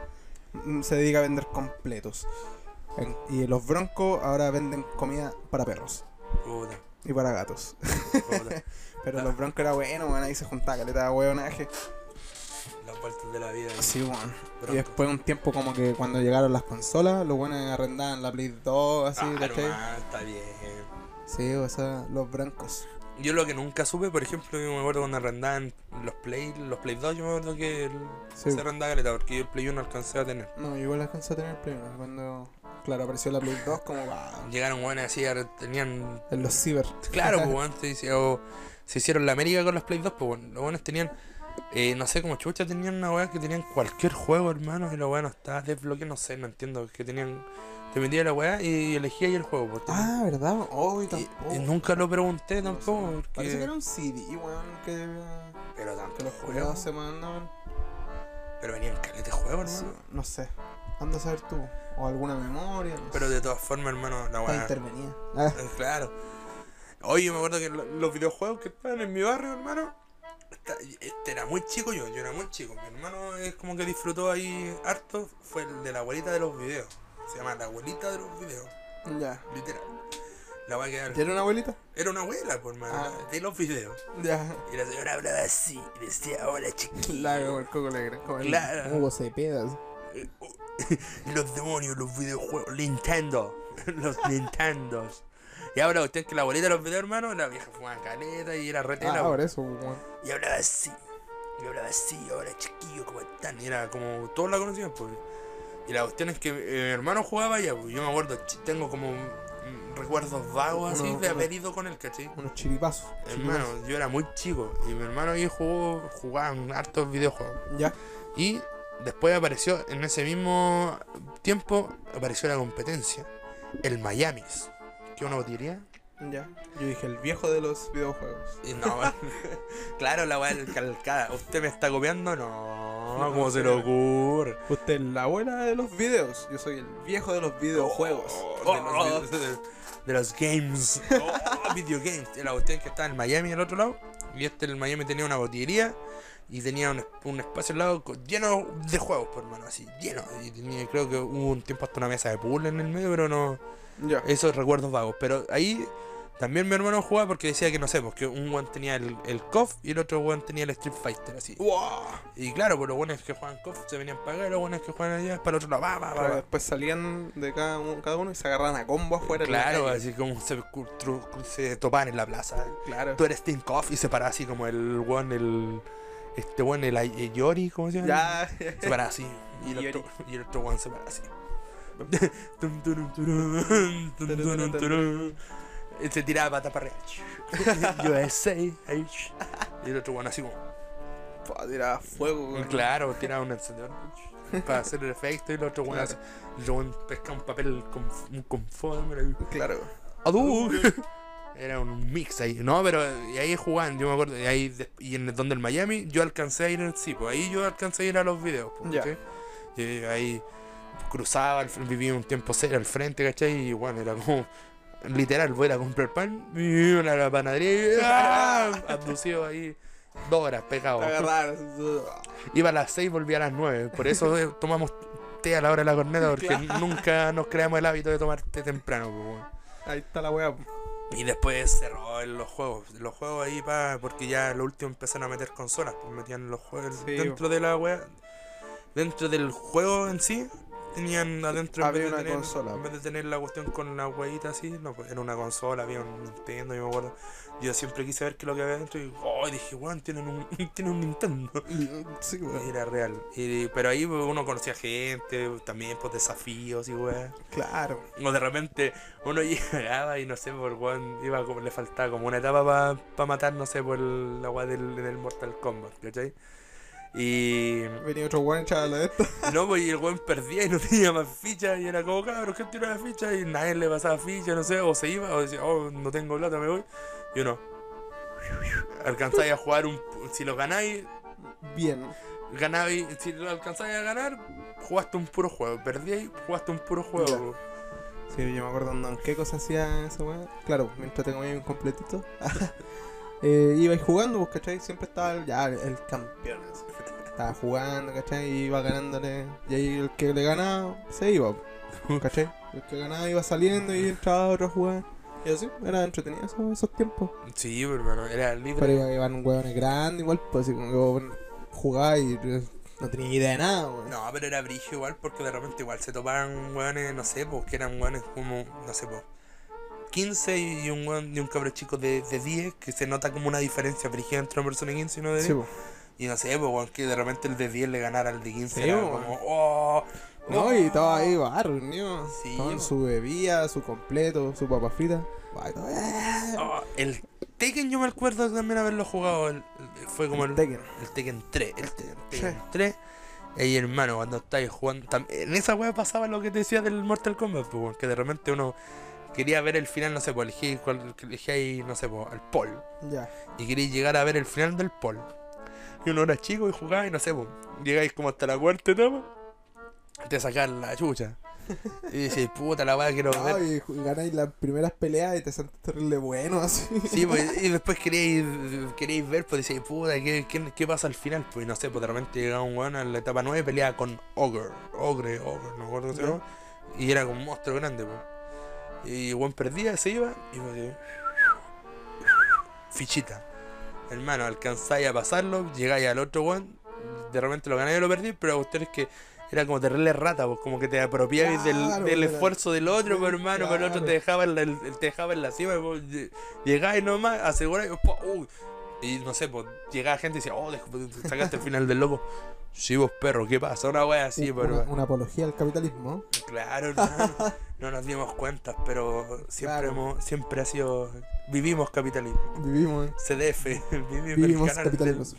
S3: mm, Se dedica a vender completos. En- y los broncos ahora venden comida para perros
S4: Puta,
S3: y para gatos.
S4: puta.
S3: Pero los broncos era bueno, weón. Ahí se juntaba caleta de weonaje.
S4: Las vueltas de la vida. ahí.
S3: Sí, weón.
S4: Broncos.
S3: Y después un tiempo como que cuando llegaron las consolas, los buenos arrendaban la Play 2, así,
S4: Claro,
S3: ¿cachai?
S4: man, Ah, está bien.
S3: Sí, o sea, los broncos.
S4: Yo lo que nunca supe, por ejemplo, yo me acuerdo cuando arrendaban los Play, los Play 2, yo me acuerdo que el-
S3: Sí.
S4: se arrendaba caleta, porque yo el Play 1 alcancé a tener.
S3: No, yo igual alcancé a tener primero. Cuando, claro, apareció la Play 2, como, wow,
S4: Llegaron buenas así, ahora tenían.
S3: En los ciber.
S4: Claro, pues weón, se, hicieron- se hicieron la América con los Play 2, pues weón. Los buenos tenían. eh, no sé, como chucha, tenían una weá que tenían cualquier juego, hermano, y la weá no estaba desbloqueada, no sé, no entiendo, que tenían. Te metía la weá y elegía ahí el juego, pues. tenían-
S3: Ah, ¿verdad? Oh, y
S4: Y-
S3: tampoco.
S4: y nunca lo pregunté
S3: No sé.
S4: tampoco. porque-
S3: Parece que era un CD, weón, que,
S4: Pero
S3: que
S4: tanto
S3: los
S4: juegos.
S3: juegos se mandaban.
S4: Pero venían caleta de juegos,
S3: Sí,
S4: hermano.
S3: no sé. Anda a saber tú. O alguna memoria. No
S4: Pero
S3: sé.
S4: de todas formas, hermano, la
S3: Está
S4: weá.
S3: intervenida. Ah,
S4: Eh, Claro. Oye, me acuerdo que lo- los videojuegos que estaban en mi barrio, hermano. esta- Este era muy chico yo, yo era muy chico. Mi hermano es como que disfrutó ahí harto. Fue el de la abuelita de los videos. Se llama la abuelita de los videos,
S3: ya.
S4: literal. La va a quedar.
S3: ¿Ya era una abuelita?
S4: Era una abuela, por hermano,
S3: Ah.
S4: la- de los videos.
S3: Ya.
S4: Y la señora hablaba así, y decía, hola chiquillo.
S3: La como el coco alegre. Como el-
S4: Claro.
S5: Hugo Cepeda. así.
S3: Ah,
S4: Eh, oh, Los demonios, los videojuegos, Nintendo, los Nintendos. Y ahora usted que la abuelita de los videos, hermano, la vieja fumaba caleta y era
S5: Ah,
S4: retela.
S5: ahora eso, weón.
S4: y hablaba así, y hablaba así, ahora chiquillo, ¿cómo están? Y era como, todos la conocían, pues. Y la cuestión es que eh, mi hermano jugaba ya, pues, yo me acuerdo, ch- tengo como mm, recuerdos vagos así
S3: Uno-
S4: de haber
S3: uno-
S4: ido con él, ¿cachai?
S3: Unos chiripazos.
S4: Hermano, yo era muy chico y mi hermano y yo jugó, jugaban hartos videojuegos.
S3: Ya.
S4: Y después apareció, en ese mismo tiempo, apareció la competencia. El Miamis. ¿Qué una botillería?
S3: Ya. Yo dije, el viejo de los videojuegos.
S4: Y no, claro, la weá del calcada. ¿Usted me está copiando? No,
S3: No,
S4: ¿cómo se le
S3: pero-
S4: ocurre?
S3: Usted es la abuela de los videos. Yo soy el viejo de los videojuegos.
S4: Oh, de, los, de- de los games. Oh, video games. La cuestión es que estaba en Miami al otro lado. Y este en Miami tenía una botillería. Y tenía un, un espacio al lado con- lleno de juegos, por hermano, así, lleno. Y tenía- creo que hubo un tiempo hasta una mesa de pool en el medio, pero no.
S3: Ya.
S4: Esos recuerdos vagos. Pero ahí también mi hermano jugaba porque decía que no sé, porque un weón tenía el, el COF y el otro weón tenía el Street Fighter, así. Y claro, pues los buenos que juegan COF se venían para acá y los buenos que juegan allá para el otro lado. Va, va, va,
S3: Pero
S4: va.
S3: después salían de cada uno, cada uno y se agarraban a combo afuera. en la
S4: Claro,
S3: calle.
S4: así como se, cru- tru- se topaban en la plaza.
S3: Claro.
S4: Tú eres Tim Coff y se paraba así como el weón, el. Este weón, el, Ay- el Yori, ¿cómo se llama?
S3: Ya.
S4: Se paraba así. Y el,
S3: Yori.
S4: otro, y el otro weón se paraba así. Tum, turum, turum, tum, turum, turum. Y Se tiraba pata para arriba. USA. ahí. Y el otro bueno así como.
S3: Pa, tiraba fuego, weón.
S4: Claro, tiraba un encendedor. Para hacer el efecto. Y el otro bueno así. El otro weón pesca un papel con un conforme. ahí.
S3: Claro.
S4: ¡Adu! Era un mix ahí. No, pero y ahí jugaban, yo me acuerdo. Y, ahí, de- y en el- donde el Miami, yo alcancé a ir al sí, pues, ahí yo alcancé a ir a los videos. pues,
S3: Ya.
S4: ¿cachai? Y ahí cruzaba, al fr- vivía un tiempo cerca al frente, ¿cachai? Y bueno, era como. Literal, voy a ir a comprar pan, y a la panadería, y ¡ah! abducido ahí. Dos horas pegado.
S3: Te agarraron.
S4: Iba a las seis, volvía a las nueve. Por eso eh, tomamos té a la hora de la corneta, porque nunca nos creamos el hábito de tomar té temprano. pues, weón.
S3: Ahí está la weá.
S4: Y después cerró en los juegos. Los juegos ahí pa, porque ya lo último empezaron a meter consolas, pues metían los juegos
S3: Sí,
S4: dentro de la wea. Dentro del juego en sí, tenían adentro
S3: Había
S4: de
S3: una
S4: tener,
S3: consola.
S4: En vez de tener la cuestión con la huevita así, no, pues, era una consola, había un Nintendo, yo me acuerdo. Yo siempre quise ver qué es lo que había dentro y oh, dije, weón, tienen un, tienen un Nintendo.
S3: Sí, weón.
S4: Era real. Y- pero ahí pues, uno conocía gente, también pues desafíos y weá.
S3: Claro.
S4: O de repente uno llegaba y no sé, por weón, iba como, le faltaba como una etapa para matar, no sé, por el- la weá del, del Mortal Kombat, ¿cachai? Y.
S3: Venía otro weón chaval de esto.
S4: No, pues y el weón perdía y no tenía más fichas y era como, cabrón, ¿quién tiró la ficha? Y nadie le pasaba ficha, no sé, o se iba, o decía, oh, no tengo plata, me voy. Y uno. Alcanzáis a jugar un. Si lo ganáis,
S3: Bien.
S4: ganabais. Si lo alcanzáis a ganar, jugaste un puro juego. Perdíais, jugaste un puro juego.
S3: Sí, yo me acuerdo ¿no? en qué cosa hacía esa weá. Claro, mientras te comía un completito. eh, ibais jugando, pues, ¿cachai? Siempre estaba el- ya el, el campeón. así. Estaba jugando, ¿cachai? Y iba ganándole. Y ahí el que le ganaba se iba, pues, ¿cachai? El que ganaba iba saliendo y entraba otro a jugar. Y así, era entretenido eso- esos tiempos.
S4: Sí, pero hermano, era libre.
S5: Pero iba- iban hueones grandes igual, pues así como que bueno, jugaba y eh, no tenía idea de nada,
S3: pues,
S5: weón.
S4: No, pero era brillo igual, porque de repente igual se topaban hueones, no sé, pues que eran hueones como, no sé, pues 15 y un hueón y un cabro chico de, de 10, que se nota como una diferencia brígida entre una persona de 15 y uno de 10.
S5: Sí, po.
S4: y no sé, pues hueón, que de repente el de 10 le ganara al de 15,
S3: Sí,
S4: era
S3: po,
S4: como, oh,
S5: pues. No,
S4: oh.
S5: y estaba ahí, va, reunido.
S4: Sí,
S5: Estaban
S4: po.
S5: su bebida, su completo, su papa frita. Va, y todo, eh.
S4: Oh, el Tekken yo me acuerdo también haberlo jugado, el- el- fue como el,
S5: Tekken.
S4: el Tekken 3, el Tekken, Tekken 3. Ey, hermano, cuando estáis jugando. tam- En esa wea pasaba lo que te decía del Mortal Kombat, pues, weón, que de repente uno quería ver el final, no sé, pues elegí, cuál- elegí ahí, no sé, pues, al Paul.
S5: Ya.
S4: Y quería llegar a ver el final del Paul. Y uno era chico y jugaba y no sé, pues, llegáis como hasta la cuarta etapa, te sacan la chucha. Y decís, puta la wea quiero
S5: No,
S4: ver.
S5: y ju- ganáis las primeras peleas y te sentís terrible bueno, así.
S4: Sí, pues, y después queréis, queréis ver, pues decís, puta, ¿qué, qué, qué pasa al final? Pues no sé, pues de repente llegaba un weón a la etapa 9 y peleaba con Ogre, Ogre, Ogre, no me acuerdo cómo se llama, y era con un monstruo grande, pues. Y el weón perdía, se iba, y pues así, fichita. Hermano, alcanzáis a pasarlo, llegáis al otro weón, de repente lo ganáis y lo perdí, pero ustedes que era como terrible rata, pues como que te apropiabais del-
S5: Claro,
S4: del,
S5: era-
S4: esfuerzo del otro, pues, hermano, pero el otro
S5: claro.
S4: te dejaba en la, el- te dejaba en la cima, y vos lle- llegabas nomás, asegurabas, y, po, uy, y no sé, pues llegaba gente y decía, oh, dej- sacaste el final del loco. Sí, vos perro, ¿qué pasa? Una wea así,
S5: una,
S4: pero.
S5: una apología al capitalismo.
S4: Claro, hermano, no nos dimos cuenta, pero siempre
S5: Claro.
S4: hemos, siempre ha sido. Vivimos capitalismo.
S5: Vivimos. en-
S4: CDF, vivimos, el
S5: Vivimos
S4: canal del-
S5: capitalismo. Sí,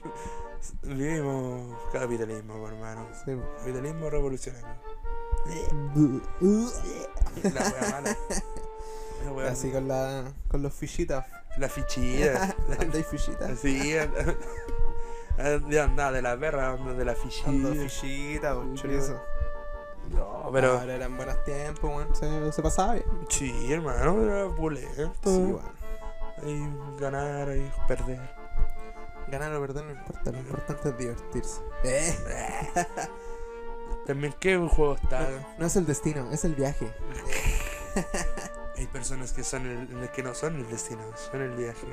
S4: Vivimos capitalismo, hermano.
S5: po.
S4: Capitalismo revolucionario.
S5: Bu- uh.
S4: La wea mala. La wea
S3: Así con, la, con los fichitas.
S4: La fichilla.
S3: Andáis fichitas.
S4: Así. De andar de la perra, anda de la
S3: Ando
S4: fichilla.
S3: fichitas, po, chorizo.
S4: No, pero.
S3: Ahora eran buenos tiempos, weón.
S5: Se, se pasaba bien.
S4: Sí, hermano, era pulento.
S5: Sí, weón.
S4: Ahí ganar, ahí perder.
S3: Ganar o perder no importa, lo importante es divertirse.
S5: Eh,
S4: También, ¿qué juego está?
S5: no es el destino, es el viaje.
S4: Hay personas que son el, que no son el destino, son el viaje.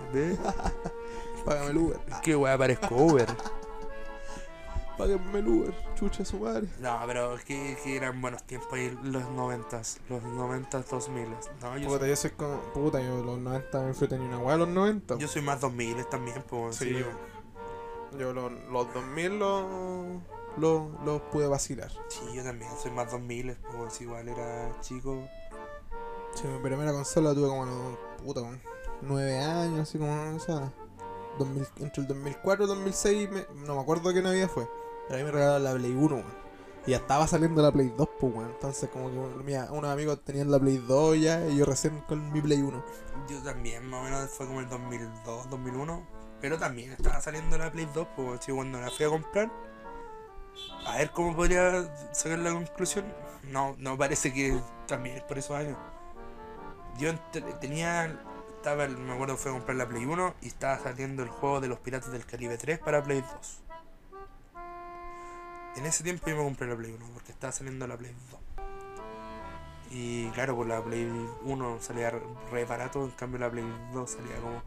S5: Págame el Uber. Ah,
S4: ¿Qué wea parezco Uber?
S5: Págame el Uber. Chucha su madre.
S4: No, pero que, que eran buenos tiempos ahí los noventas, los noventas, dos miles. No, yo,
S5: Puta, yo soy como. Puta, yo los 90 me fui tenía una weá a los 90.
S4: soy- yo soy más dos miles también, pues.
S3: Sí,
S4: sí.
S3: yo- Yo los, los 2000 los, los los pude vacilar.
S4: Sí, yo también soy más 2000, pues igual era chico.
S3: Sí, mi primera consola tuve como, no, puta, como 9 años, así como, o sea, 2000 entre el 2004 y 2006, me- no me acuerdo qué Navidad fue, pero a mí me regalaron la Play 1, weón. Y ya estaba saliendo la Play 2, pues, weón. Entonces, como que mira, unos amigos tenían la Play 2 ya, y yo recién con mi Play 1.
S4: Yo también, más o menos fue como el 2002, 2001. Pero también estaba saliendo la Play 2, pues sí, cuando la fui a comprar. A ver cómo podría sacar la conclusión. No, no parece que también es por esos años. Yo ent- tenía. Estaba, me acuerdo, fui a comprar la Play 1 y estaba saliendo el juego de los Piratas del Caribe 3 para Play 2. En ese tiempo yo me compré la Play 1 porque estaba saliendo la Play 2. Y claro, pues la Play 1 salía re barato, en cambio la Play 2 salía como,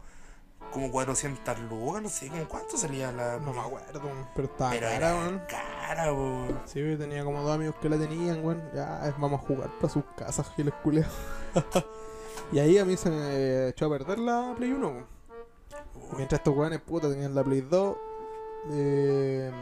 S4: como 400 lucas, no sé, como cuánto salía la.
S3: No me acuerdo, weón, pero estaba
S4: Pero
S3: cara,
S4: era
S3: weón.
S4: cara, pues. po.
S3: Sí, yo tenía como dos amigos que la tenían, weón. Ya, eh, vamos a jugar para sus casas, giles culeos. y ahí a mí se me echó a perder la Play 1, weón. Y Mientras estos weones puta tenían la Play 2. eh,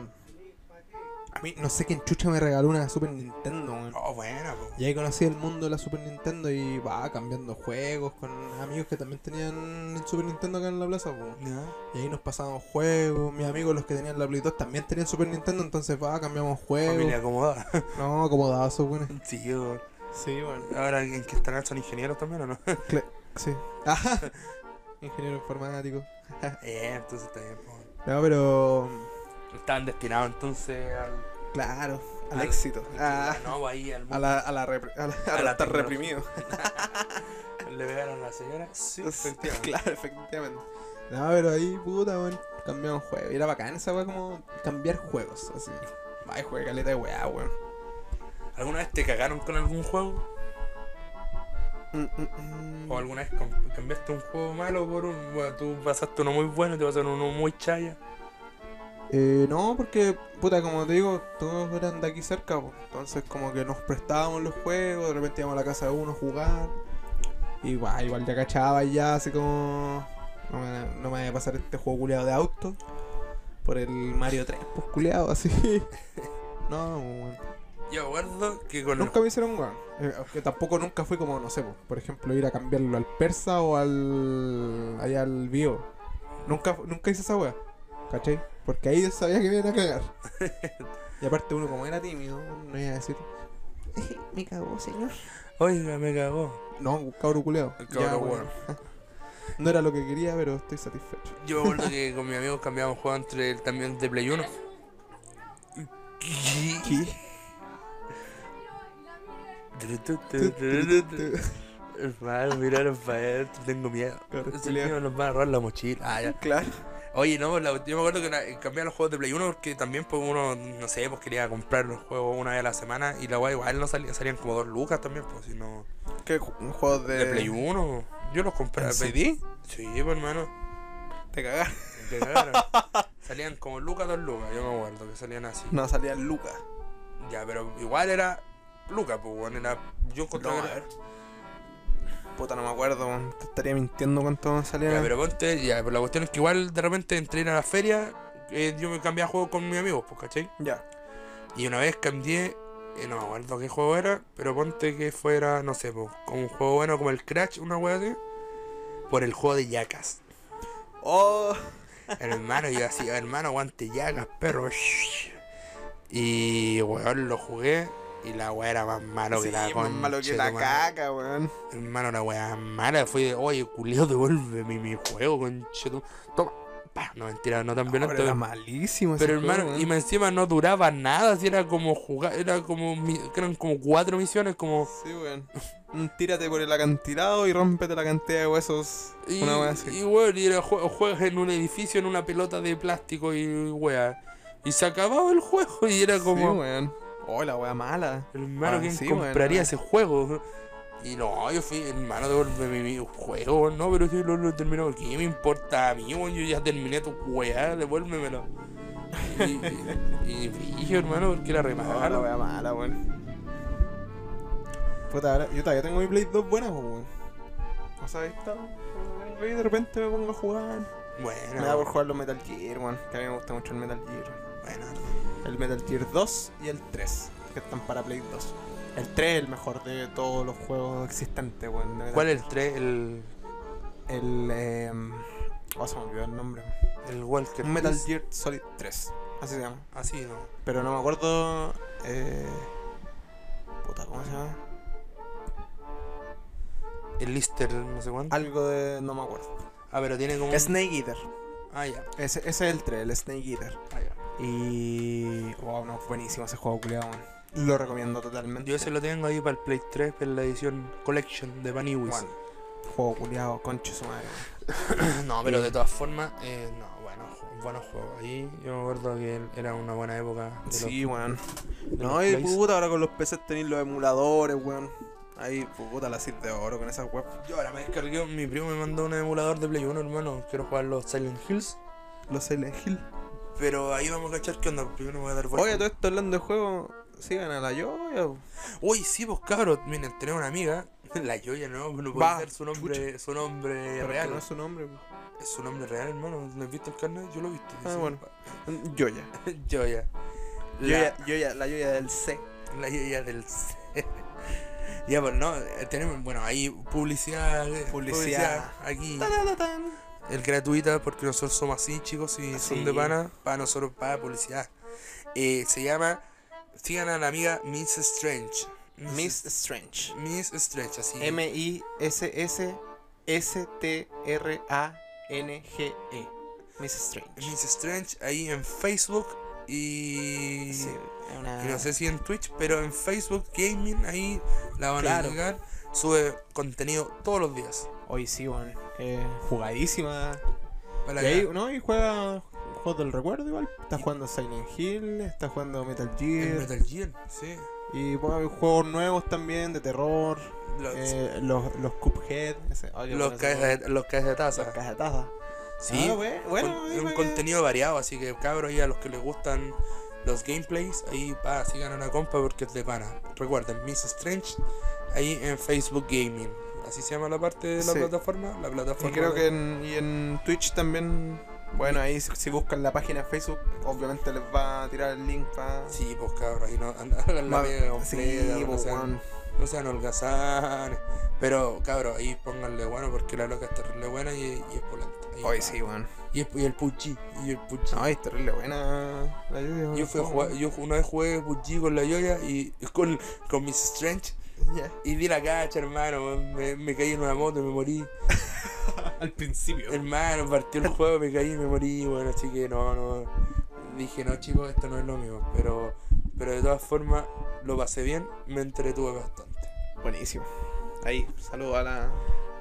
S3: a mí no sé quién chucha me regaló una Super Nintendo, weón.
S4: Oh, buena, po.
S3: Y ahí conocí el mundo de la Super Nintendo y va cambiando juegos con amigos que también tenían el Super Nintendo acá en la plaza, po.
S4: Ya.
S3: Y ahí nos pasábamos juegos, mis amigos los que tenían la Play 2 también tenían Super Nintendo, entonces va, cambiamos juegos.
S4: Familia acomodada.
S3: No, acomodados, weones.
S4: Eh, sí, yo.
S3: Sí, bueno.
S4: Ahora en que estarán son ingenieros también o no?
S3: Sí. Ajá. Ingeniero informático.
S4: eh, entonces está bien, po.
S3: No, pero.
S4: Estaban destinados entonces al.
S3: Claro, al
S4: Al-
S3: éxito. Ah,
S4: No, pues ahí al
S3: a la, a la, repre- a la- a
S4: A
S3: la
S4: la
S3: estar
S4: tecnología.
S3: reprimido.
S4: Le pegaron a la señora. Sí, efectivamente.
S3: claro, efectivamente. No, pero ahí, puta, weón, cambiamos juego. Y era bacán esa weá como cambiar juegos, así. Va, y juega caleta de weá, weón.
S4: ¿Alguna vez te cagaron con algún juego?
S3: Mm, mm, mm.
S4: ¿O alguna vez com- cambiaste un juego malo por un. Bueno, tú pasaste uno muy bueno y te pasaron uno muy chaya?
S3: Eh, no, porque, puta, como te digo, todos eran de aquí cerca, po. Entonces, como que nos prestábamos los juegos, de repente íbamos a la casa de uno a jugar. Y va, igual ya cachaba y ya, así como. No me, no me vaya a pasar este juego culeado de auto por el Mario 3, pues culeado, así. no, weón.
S4: Yo acuerdo que con
S3: Nunca me hicieron weón. Eh, que tampoco nunca fui como, no sé, po, por ejemplo, ir a cambiarlo al persa o al. allá al vivo. Nunca, nunca hice esa weá. ¿Cachai? Porque ahí yo sabía que me iban a cagar. y aparte uno como era tímido, no iba a decir. me cagó, señor.
S4: Oiga, me cagó.
S3: No, cabro culeado.
S4: El cabro
S3: Ya,
S4: weón.
S3: weón. No era lo que quería, pero estoy satisfecho.
S4: Yo me acuerdo que con mis amigos cambiamos juego entre el también de Play 1. Hermano, miraron para adentro, tengo miedo.
S3: Claro,
S4: Esos
S3: culiao.
S4: niños nos van a robar la mochila. Ah, ya.
S3: claro.
S4: Oye, no, la- yo me acuerdo que una- cambiaba los juegos de Play 1 porque también pues uno, no sé, pues quería comprar los juegos una vez a la semana y la guay igual no salía, salían como dos lucas también, pues si no.
S3: ¿Qué ju- un juego de.
S4: De Play 1, yo los compré.
S3: Eh. ¿En
S4: ve-
S3: CD?
S4: Sí, pues hermano.
S3: Te cagaron.
S4: te cagaron. salían como lucas, dos lucas, yo me acuerdo que salían así.
S3: No, salía Lucas.
S4: Ya, pero igual era Luca, pues, weón. Era, yo
S3: No,
S4: encontraba
S3: a
S4: que era-
S3: ver. Puta, no me acuerdo, weón. Te estaría mintiendo cuánto salía.
S4: Ya, pero ponte, ya, pero la cuestión es que igual de repente entré a la feria, eh, yo me cambié a juego con mis amigos, pues, ¿cachai?
S3: Ya.
S4: Y una vez cambié, eh, no me acuerdo qué juego era, pero ponte que fuera, no sé, pues, como un juego bueno como el Crash, una wea así, por el juego de Yacas.
S3: Oh,
S4: hermano, yo así, hermano, aguante Yacas, perro. Y, weón, lo jugué. Y la wea era más malo que la
S3: más malo que la
S4: conchetumare.
S3: caca, weón.
S4: Hermano, la weá mala fue de, oye, culeo, devuelve mi, mi juego, conchetum. Toma, pa, no mentira, no tan violento.
S3: Ahora
S4: Pero,
S3: era malísimo ese
S4: hermano,
S3: juego,
S4: y
S3: weón.
S4: más encima no duraba nada, si era como jugar, era como, mi- eran como cuatro misiones, como.
S3: Sí, weón. Un tírate por el acantilado y rómpete la cantidad de huesos.
S4: Y,
S3: Una weá así.
S4: y weón, y era jue- juegas en un edificio, en una pelota de plástico y weá. Y se acababa el juego y era como,
S3: Sí, weón. Oh, la wea mala.
S4: hermano,
S3: Ah,
S4: ¿quién
S3: sí,
S4: compraría
S3: weón.
S4: ese juego? eh. Y no, yo fui, hermano, devuelve mi, mi juego, no, pero si lo, lo terminó aquí, ¿qué me importa a mí, weón? Yo ya terminé tu weá, devuélvemelo. Y, y, y brillo, hermano, porque era re
S3: Oh, la
S4: malo.
S3: wea mala, weón. Puta, ahora, yo todavía tengo mi Play 2 buena, pues, weón. O sea, ahí está. weón. Ahí de repente me pongo a jugar.
S4: Ah, Bueno,
S3: Me da por jugar los Metal Gear, weón. Que a mí me gusta mucho el Metal Gear.
S4: bueno.
S3: El Metal Gear 2 y el 3, que están para Play 2. El 3 es el mejor de todos los juegos existentes, weón. de Metal
S4: ¿Cuál es el 3? El,
S3: Gear. El. Eh... Oh, se me olvidó el nombre.
S4: el Walker.
S3: Un Metal
S4: Please.
S3: Gear Solid 3, así se llama.
S4: Así, ¿no?
S3: Pero no me acuerdo. Eh... Puta, ¿cómo se llama?
S4: El Lister, no sé cuánto.
S3: Algo de. No me acuerdo.
S4: Ah, pero tiene como. un-
S3: Snake Eater.
S4: Ah, ya.
S3: Ese, ese es el 3, el Snake Eater.
S4: Ah, ya.
S3: Y. Wow, no, buenísimo ese juego, culiado, Lo recomiendo totalmente.
S4: Yo ese lo tengo ahí para el Play 3, pero la edición Collection de Paniwis.
S3: Bueno, juego culiado, conche su madre. weón.
S4: no, pero de todas formas, eh, no, bueno, ju- buenos juegos. Ahí yo me acuerdo que era una buena época. de
S3: Sí, weón.
S4: los- de
S3: No,
S4: los
S3: y
S4: plays.
S3: puta, ahora con los PCs tenéis los emuladores, weón. Ahí, puta, la CID de oro con esa web.
S4: Yo ahora me descargué, mi primo me mandó un emulador de Play 1, hermano. Quiero jugar los Silent Hills.
S3: Los Silent Hill.
S4: Pero ahí vamos a cachar qué onda. Primero voy a dar
S3: Oye,
S4: vuelta.
S3: todo esto hablando de juego, sigan a la Yoya. po.
S4: Uy, sí, pues cabros. Miren, tenemos una amiga. La Yoya, ¿no? No puedo
S3: Va,
S4: hacer su nombre, su nombre
S3: Pero es
S4: real.
S3: que no es su nombre, po.
S4: Es su nombre real, hermano. ¿No has visto el carnet? Yo lo he visto.
S3: Ah,
S4: dice.
S3: bueno. Yoya.
S4: Yoya. La,
S3: Yoya, Yoya, la Yoya del C.
S4: la Yoya del C. ya, pues no. eh, Tenemos, bueno, ahí publicidad. eh,
S3: Publicidad.
S4: Aquí.
S3: Tararatan.
S4: Es gratuita porque nosotros somos así, chicos, y son de
S3: Sí.
S4: pana. Para nosotros, para publicidad. Eh, se llama. Sigan a la amiga Miss Strange.
S3: Miss Strange.
S4: Miss Strange, así.
S3: M-I-S-S-S-T-R-A-N-G-E. Miss Strange.
S4: Miss Strange ahí en Facebook y,
S3: Sí, es una-
S4: y no sé si en Twitch, pero en Facebook Gaming ahí la van
S3: Claro.
S4: a llegar. Sube contenido todos los días.
S3: Hoy sí, weón. Eh, jugadísima.
S4: Para
S3: y ahí,
S4: acá.
S3: ¿no? Y juega juegos del recuerdo igual. Está jugando Silent Hill, está jugando Metal
S4: El
S3: Gear.
S4: Metal Gear, sí.
S3: Y bueno, hay juegos nuevos también de terror.
S4: Los,
S3: eh, los, los Cuphead. ese- ay, qué
S4: los,
S3: bueno ese
S4: cajas,
S3: juego.
S4: de, los cajas de
S3: Los
S4: taza.
S3: cajas de taza.
S4: Sí,
S3: Ah, we- bueno,
S4: con-
S3: ahí
S4: es un
S3: para que-
S4: contenido variado, así que cabros, y a los que les gustan los gameplays, ahí pa, sigan a una compa porque es de pana. Recuerden, Miss Strange, ahí en Facebook Gaming. Así se llama la parte de la
S3: Sí.
S4: plataforma. La
S3: Y
S4: plataforma
S3: creo
S4: de-
S3: que en, y en Twitch también. Bueno, ahí si si buscan la página de Facebook, obviamente les va a tirar el link para.
S4: Sí, pues cabros, ahí no and- hagan la media completa, pues,
S3: pues,
S4: no, sean, no sean holgazanes. Pero cabros, ahí pónganle bueno porque la loca está terrible buena y, y es polenta. Ahí
S3: Hoy
S4: va.
S3: sí, weón.
S4: Y, es- y el puchi, y el puchi.
S3: No, es terrible buena la lluvia.
S4: yo, fui a jugar- yo una vez jugué puchi con la Yoya y con, con Miss Strange y di la cacha, hermano. weón. Me, me caí en una moto y me morí.
S3: Al principio.
S4: Hermano, partió el juego, me caí, me morí, bueno, así que no, no. Dije, no, chicos, esto no es lo mío. Pero, pero de todas formas, lo pasé bien, me entretuve bastante.
S3: Buenísimo. Ahí, saludo a la.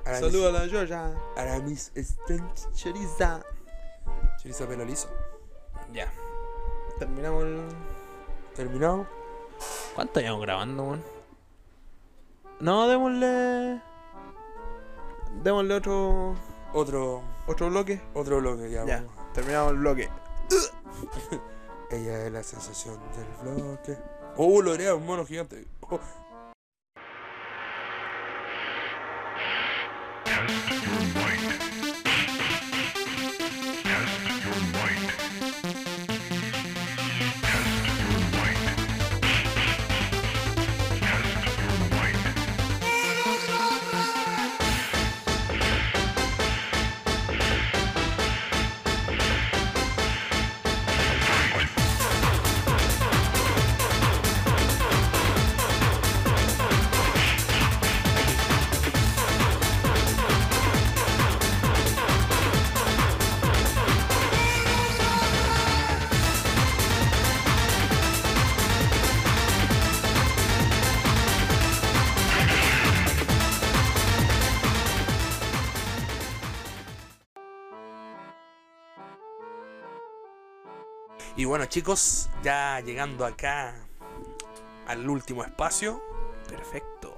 S4: A la
S3: Saludo a la Yoya.
S4: Miss- A la Miss Strange.
S3: Choriza.
S4: Choriza pelo liso.
S3: Ya. Terminamos el.
S4: Terminado.
S3: ¿Cuánto llevamos grabando, weón? No, démosle. Démosle otro.
S4: Otro,
S3: otro bloque.
S4: otro bloque ya.
S3: Ya.
S4: vamos.
S3: Terminamos el bloque.
S4: Ella es la sensación del bloque. Oh, lo haría un mono gigante. Oh. Y bueno, chicos, ya llegando acá al último espacio.
S3: Perfecto.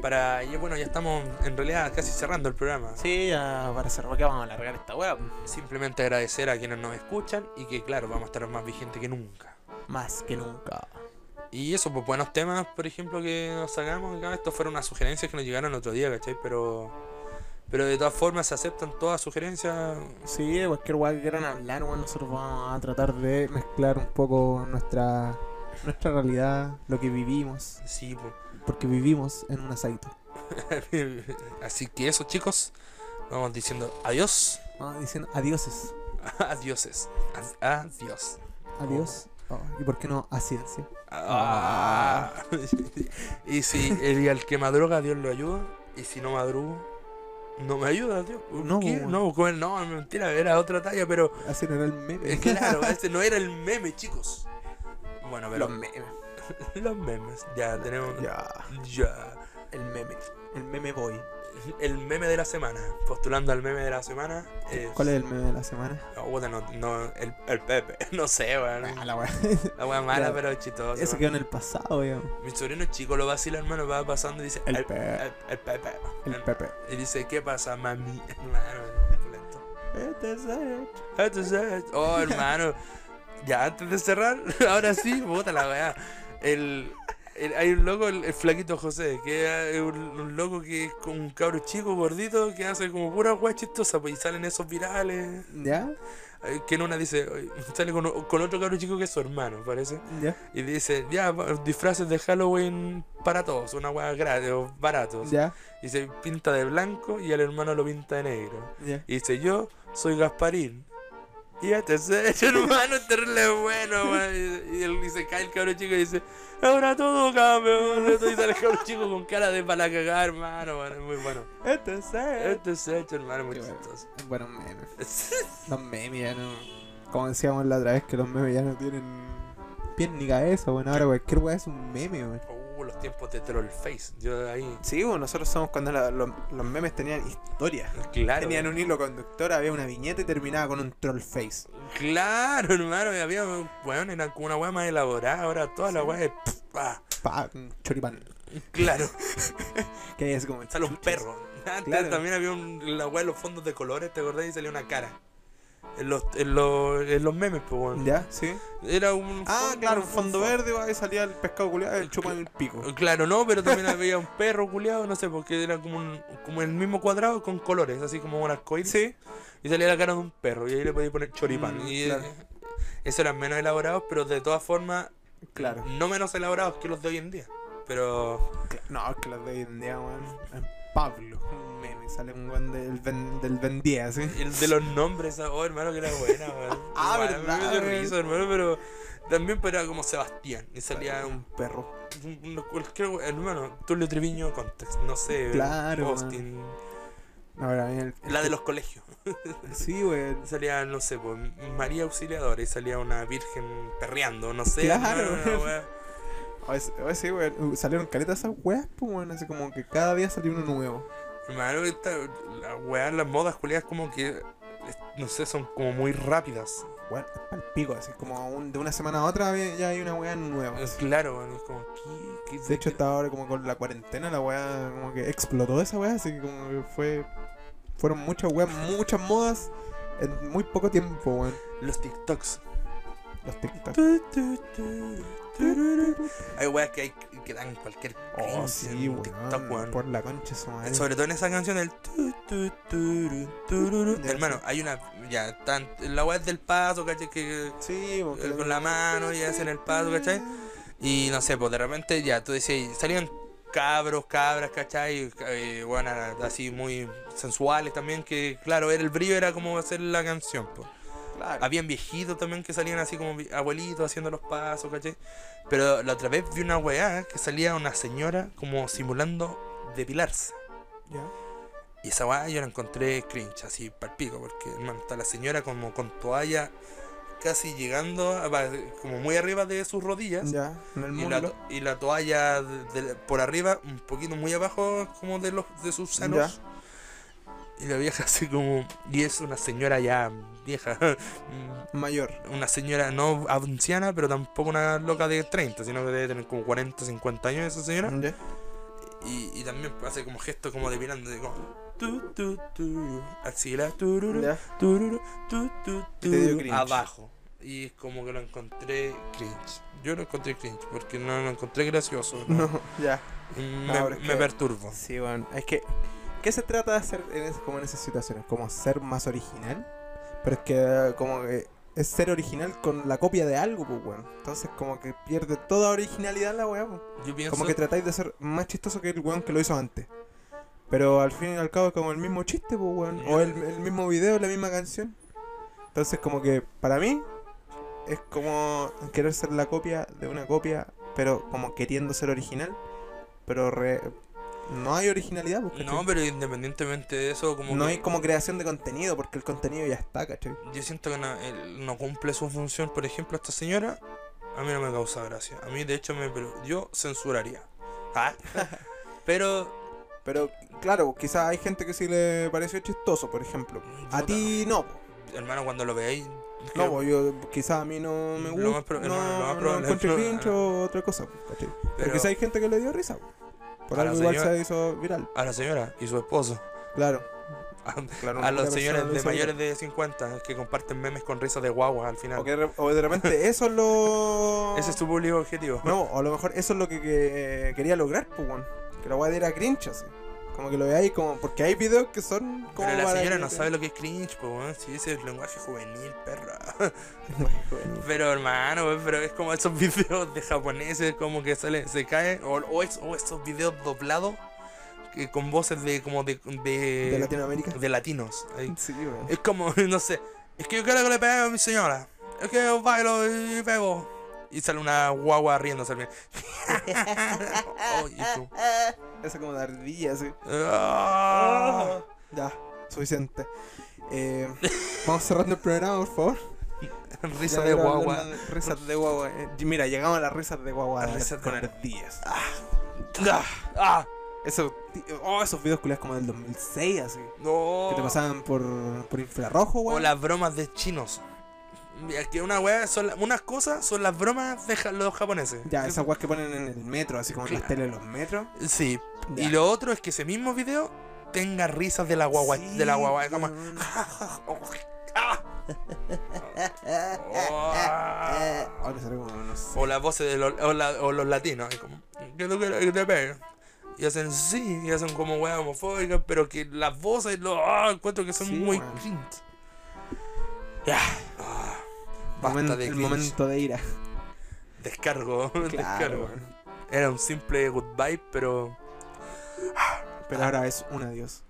S4: Para. ya, Bueno, ya estamos en realidad casi cerrando el programa.
S3: Sí, ya para cerrar que vamos a alargar esta weá.
S4: Simplemente agradecer a quienes nos escuchan y que, claro, vamos a estar más vigentes que nunca.
S3: Más que nunca.
S4: Y eso, pues buenos temas, por ejemplo, que nos sacamos acá. Estos fueron unas sugerencias que nos llegaron el otro día, ¿cachai? Pero Pero de todas formas se aceptan todas sugerencias.
S5: Sí, de cualquier weá que quieran hablar, weón, nosotros vamos a tratar de mezclar un poco nuestra nuestra realidad, lo que vivimos,
S4: Sí, pues, po.
S5: porque vivimos en un asaito.
S4: Así que eso, chicos. Vamos diciendo adiós.
S5: Vamos diciendo adioses,
S4: Adioses. Ad- adiós.
S5: adiós. Oh, ¿Y por qué no a ciencia?
S4: Ah. y si el, al que madruga, Dios lo ayuda. Y si no madrugo, no me ayuda, Dios. ¿Por
S5: No,
S4: qué?
S5: bueno.
S4: no, bueno, no, mentira, era otra talla, pero
S5: Así no era el meme.
S4: eh, claro, este no era el meme, chicos. Bueno, pero
S5: Los memes.
S4: los memes, ya tenemos.
S5: Ya,
S4: ya.
S5: el meme. El meme boy.
S4: El meme de la semana, postulando al meme de la semana. es-
S5: ¿Cuál es el meme de la semana?
S4: No, puta, no, no, el, el Pepe, no sé,
S5: Ah,
S4: weón.
S5: la weá.
S4: La wea mala,
S5: Ya.
S4: pero chistosa.
S5: Eso
S4: weón.
S5: quedó en el pasado, weón.
S4: Mi sobrino chico lo vacila, hermano, va pasando y dice:
S5: El Pepe.
S4: el- el Pepe.
S5: El Pepe.
S4: Y dice, ¿qué pasa, mami? Hermano, lento.
S5: Este es el-
S4: Entonces, oh, hermano. Ya antes de cerrar, ahora sí, puta la weá. El, el- hay un loco, el, el flaquito José, que es un, un loco que es como un cabro chico gordito que hace como pura weá chistosa, pues y salen esos virales.
S5: ¿Ya?
S4: Eh, Que en una dice, oye, sale con, con otro cabro chico que es su hermano, parece.
S5: ¿Ya?
S4: Y dice, ya, va- disfraces de Halloween para todos, una weá gratis, o baratos.
S5: ¿Ya?
S4: Y se pinta de blanco y al hermano lo pinta de negro.
S5: ¿Ya?
S4: Y dice, yo soy Gasparín. Y este es el hermano terrible bueno, weón. Y, y él- y se cae el cabrón chico y dice, ahora todo cambia. weón". Y sale el cabrón chico con cara de para cagar, hermano, weón. Es muy bueno.
S5: Este es el-
S4: Este es hecho, hermano, muy
S5: Qué bueno.
S4: chistoso.
S5: Bueno, meme. Los memes ya no. Como decíamos la otra vez, que los memes ya no tienen pies ni cabeza, bueno, ahora cualquier weá es un meme, weón.
S4: Uh, los tiempos de troll face. Yo ahí.
S3: Sí, bueno, nosotros somos cuando la- lo- los memes tenían historia.
S4: Claro.
S3: Tenían un hilo conductor, había una viñeta y terminaba con un troll face.
S4: Claro, hermano. y había, weón, era como una weá más elaborada. Ahora toda la weá es. pff, ah,
S5: Pa, un choripán.
S4: claro.
S3: Que es como.
S4: Sale un perro. Antes
S3: Claro.
S4: también había un, la weá de los fondos de colores, ¿te acordás? Y salía una cara. En los, en los, en los memes, pues, weón.
S3: ¿Ya? Sí.
S4: Era un.
S3: Ah,
S4: fondo-
S3: claro, un fondo
S4: fo-
S3: verde, va, y salía el pescado culiado y el chupa en el pico.
S4: Claro, no, pero también había un perro culeado, no sé, porque era como, un, como el mismo cuadrado con colores, así como un arcoíris.
S3: Sí.
S4: Y salía la cara de un perro, y ahí le podías poner choripán.
S3: Mm,
S4: y
S3: claro.
S4: eh, esos eran menos elaborados, pero de todas formas,
S3: Claro.
S4: no menos elaborados que los de hoy en día. Pero.
S3: Cla- No, es que los de hoy en día, weón. en Pablo, un meme, sale un weón del Ben, del ben 10, así.
S4: El de los nombres, oh hermano, que era buena, weón.
S3: Ah,
S4: Igual,
S3: verdad,
S4: Me dio
S3: weón.
S4: risa, hermano, pero también pero era como Sebastián. Y salía un.
S3: perro.
S4: un- un- cualquier, we- hermano, Tulio Triviño, Context, no sé.
S5: Claro,
S4: Austin.
S5: Ahora bien, el-
S4: La de los colegios.
S5: Sí, weón.
S4: Salía, no sé, pues, María Auxiliadora y salía una virgen perreando, no sé.
S5: Claro,
S4: hermano, una
S5: weón.
S4: weá.
S3: Oye, sí, oye, sí, weón. uh, Salieron caletas esas weas, pues, weón. Así como que cada día salió uno nuevo.
S4: Hermano, esta, la weá, las modas culiadas como que, eh, no sé, son como muy rápidas.
S3: Weón, es pa'l pico, así como un- de una semana a otra había- ya hay una wea nueva.
S4: Eh, Claro, weón, es como, ¿qué? qué-
S3: De hecho, hasta ahora, como con la cuarentena, la wea como que explotó esa wea, así que como que fue. Fueron muchas weas, muchas modas en muy poco tiempo, weón.
S4: los TikToks.
S3: Los TikTok.
S4: Tu, tu, tu, tururu. Hay weas que, hay, que dan cualquier
S3: Oh,
S4: cringe
S3: sí,
S4: en
S3: weón.
S4: TikTok, weón.
S3: Por la concha de su madre.
S4: Sobre todo en esa canción, el tu, tu, turu, tururu.
S3: Ya,
S4: Hermano,
S3: sí.
S4: hay una. Ya, tan, la wea del paso, ¿cachai? Que,
S3: Sí, weón, que
S4: eh, con la mano y hacen el paso, ¿cachai? Y no sé, pues de repente ya tú decías, salían cabros, cabras, ¿cachai? Eh, bueno, así muy sensuales también, que claro, era el brillo era como hacer la canción, pues.
S3: Claro.
S4: Habían viejitos también que salían así como vi- abuelitos haciendo los pasos, ¿cachai? Pero la otra vez vi una weá que salía una señora como simulando depilarse.
S3: Ya.
S4: Y esa weá yo la encontré cringe, así palpico, porque hermano, está la señora como con toalla casi llegando, a- va- como muy arriba de sus rodillas.
S3: Ya, en el
S4: Y la,
S3: muslo.
S4: to- y la toalla de- de- por arriba, un poquito muy abajo, como de los de sus senos. Y la vieja así como. Y es una señora ya vieja.
S3: Mayor.
S4: Una señora no anciana, pero tampoco una loca de 30, sino que debe tener como 40, 50 años esa señora.
S3: Ya.
S4: Y, y también hace como gestos como depilando, de como. Tu, tu, tu, axila, tururu, tururu, tu, tu,
S3: Y te dio
S4: tururu,
S3: cringe.
S4: abajo. Y es como que lo encontré cringe. Yo lo encontré cringe porque no lo encontré gracioso. ¿no?
S3: No, ya.
S4: Me,
S3: No, pero es
S4: me
S3: que-
S4: perturbo.
S3: Sí, bueno. Es que
S5: ¿Qué se trata de hacer en es- como en esas situaciones? Como ser más original. Pero es que como que es ser original con la copia de algo, pues weón. Entonces como que pierde toda originalidad la weá, pues.
S4: Yo pienso.
S5: Como que tratáis de ser más chistoso que el weón que lo hizo antes. Pero al fin y al cabo es como el mismo chiste, pues weón. O el, el mismo video, la misma canción. Entonces como que para mí es como querer ser la copia de una copia, pero como queriendo ser original. Pero re- no hay originalidad, pues, ¿cachai?
S4: No, pero independientemente de eso, como
S5: no
S4: que
S5: hay como creación de contenido, porque el contenido ya está, ¿cachai?
S4: yo siento que no, él no cumple su función. Por ejemplo, esta señora, a mí no me causa gracia. A mí, de hecho, me, pero yo censuraría. Ah. pero
S5: Pero claro, quizás hay gente que sí le pareció chistoso, por ejemplo. A
S4: Puta.
S5: ti no, po.
S4: hermano, cuando lo veáis,
S5: No,
S4: creo-
S5: pues yo quizás a mí no me
S4: Lo
S5: gusta.
S4: más pro-
S5: no,
S4: no, no, lo más
S5: no
S4: probable
S5: encuentro
S4: es que-
S5: cringe o otra cosa. pues, ¿cachai? Pero,
S4: Pero-
S5: quizás hay gente que le dio risa. pues. Por
S4: A la
S5: algo igual
S4: señora-
S5: se hizo viral.
S4: a la señora y su esposo.
S5: Claro.
S4: A,
S5: claro
S4: a
S5: una
S4: los
S5: persona
S4: señores
S5: lo
S4: de
S5: hizo viral.
S4: mayores de 50 que comparten memes con risas de guaguas al final.
S5: O, que re- o de repente eso es lo.
S4: Ese es tu público objetivo.
S5: No, o a lo mejor eso es lo que, que quería lograr, pues, weón. Que la weá diera cringe así. Como que lo veáis como. Porque hay videos que son como.
S4: Pero la
S5: para
S4: señora
S5: que-
S4: no sabe lo que es cringe, pues, weón. Si ese es el lenguaje juvenil, perra. Pero hermano, weón, pero es como esos videos de japoneses, como que sale, se caen, o, o, es- o esos videos doblados que con voces de como de, de,
S5: De Latinoamérica.
S4: de latinos. ahí.
S5: Sí, weón.
S4: Es como, no sé, es que yo quiero que le pegue a mi señora, es que yo bailo y pego. Y sale una guagua riéndose al medio. Oh, y tú,
S5: Eso como de ardilla, así.
S4: ah.
S5: Ya, suficiente. Eh, vamos cerrando el programa, por favor.
S4: Risa
S5: Ya,
S4: de
S5: pero
S4: guagua.
S5: hablando de Risas de guagua. eh, y Mira, llegamos a las risas de guagua
S4: Las risas de
S5: con
S4: guagua.
S5: ardillas.
S4: Ah, ah,
S5: Eso, ti- oh, esos videos culiados como del 2006, así.
S4: no.
S5: Que te pasaban por, por infrarrojo,
S4: O
S5: weón.
S4: las bromas de chinos. Mira, que una weá son la- unas cosas son las bromas de ja- los japoneses.
S5: Ya, esas weas que ponen en el metro, así como en las
S4: Claro.
S5: teles de los metros.
S4: Sí.
S5: Ya.
S4: Y lo otro es que ese mismo video tenga risas de la guagua.
S5: Sí,
S4: de la guagua. como-
S5: weón.
S4: Ah.
S5: Ahora sale como, no sé.
S4: O las voces de los, o la- o los latinos. ahí como, ¿qué tú quieres que te pegue? Y hacen sí, y hacen como weas homofóbicas, pero que las voces lo, ah, encuentro que son
S5: Sí,
S4: muy
S5: weón.
S4: cringe. Ya. Ah. Basta
S5: Momento-
S4: de
S5: el
S4: cringe.
S5: momento de ira.
S4: Descargo,
S5: Claro,
S4: descargo.
S5: weón.
S4: Era un simple goodbye, pero
S5: Pero ahora es un adiós.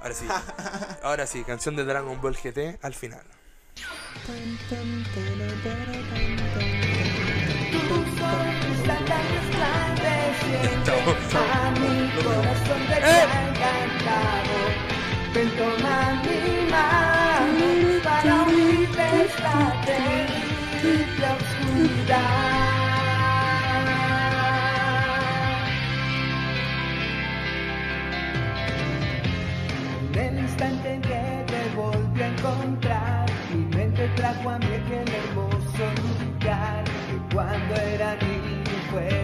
S4: ahora sí. Ahora sí, canción de Dragon Ball GT al final. Chao.
S8: A mi corazón te
S4: ¡Eh!
S8: ha encantado. Ven toma mi mano para huir de esta terrible oscuridad. En el instante en que te volví a encontrar, mi mente trajo a mí aquel hermoso lugar que cuando era niño fue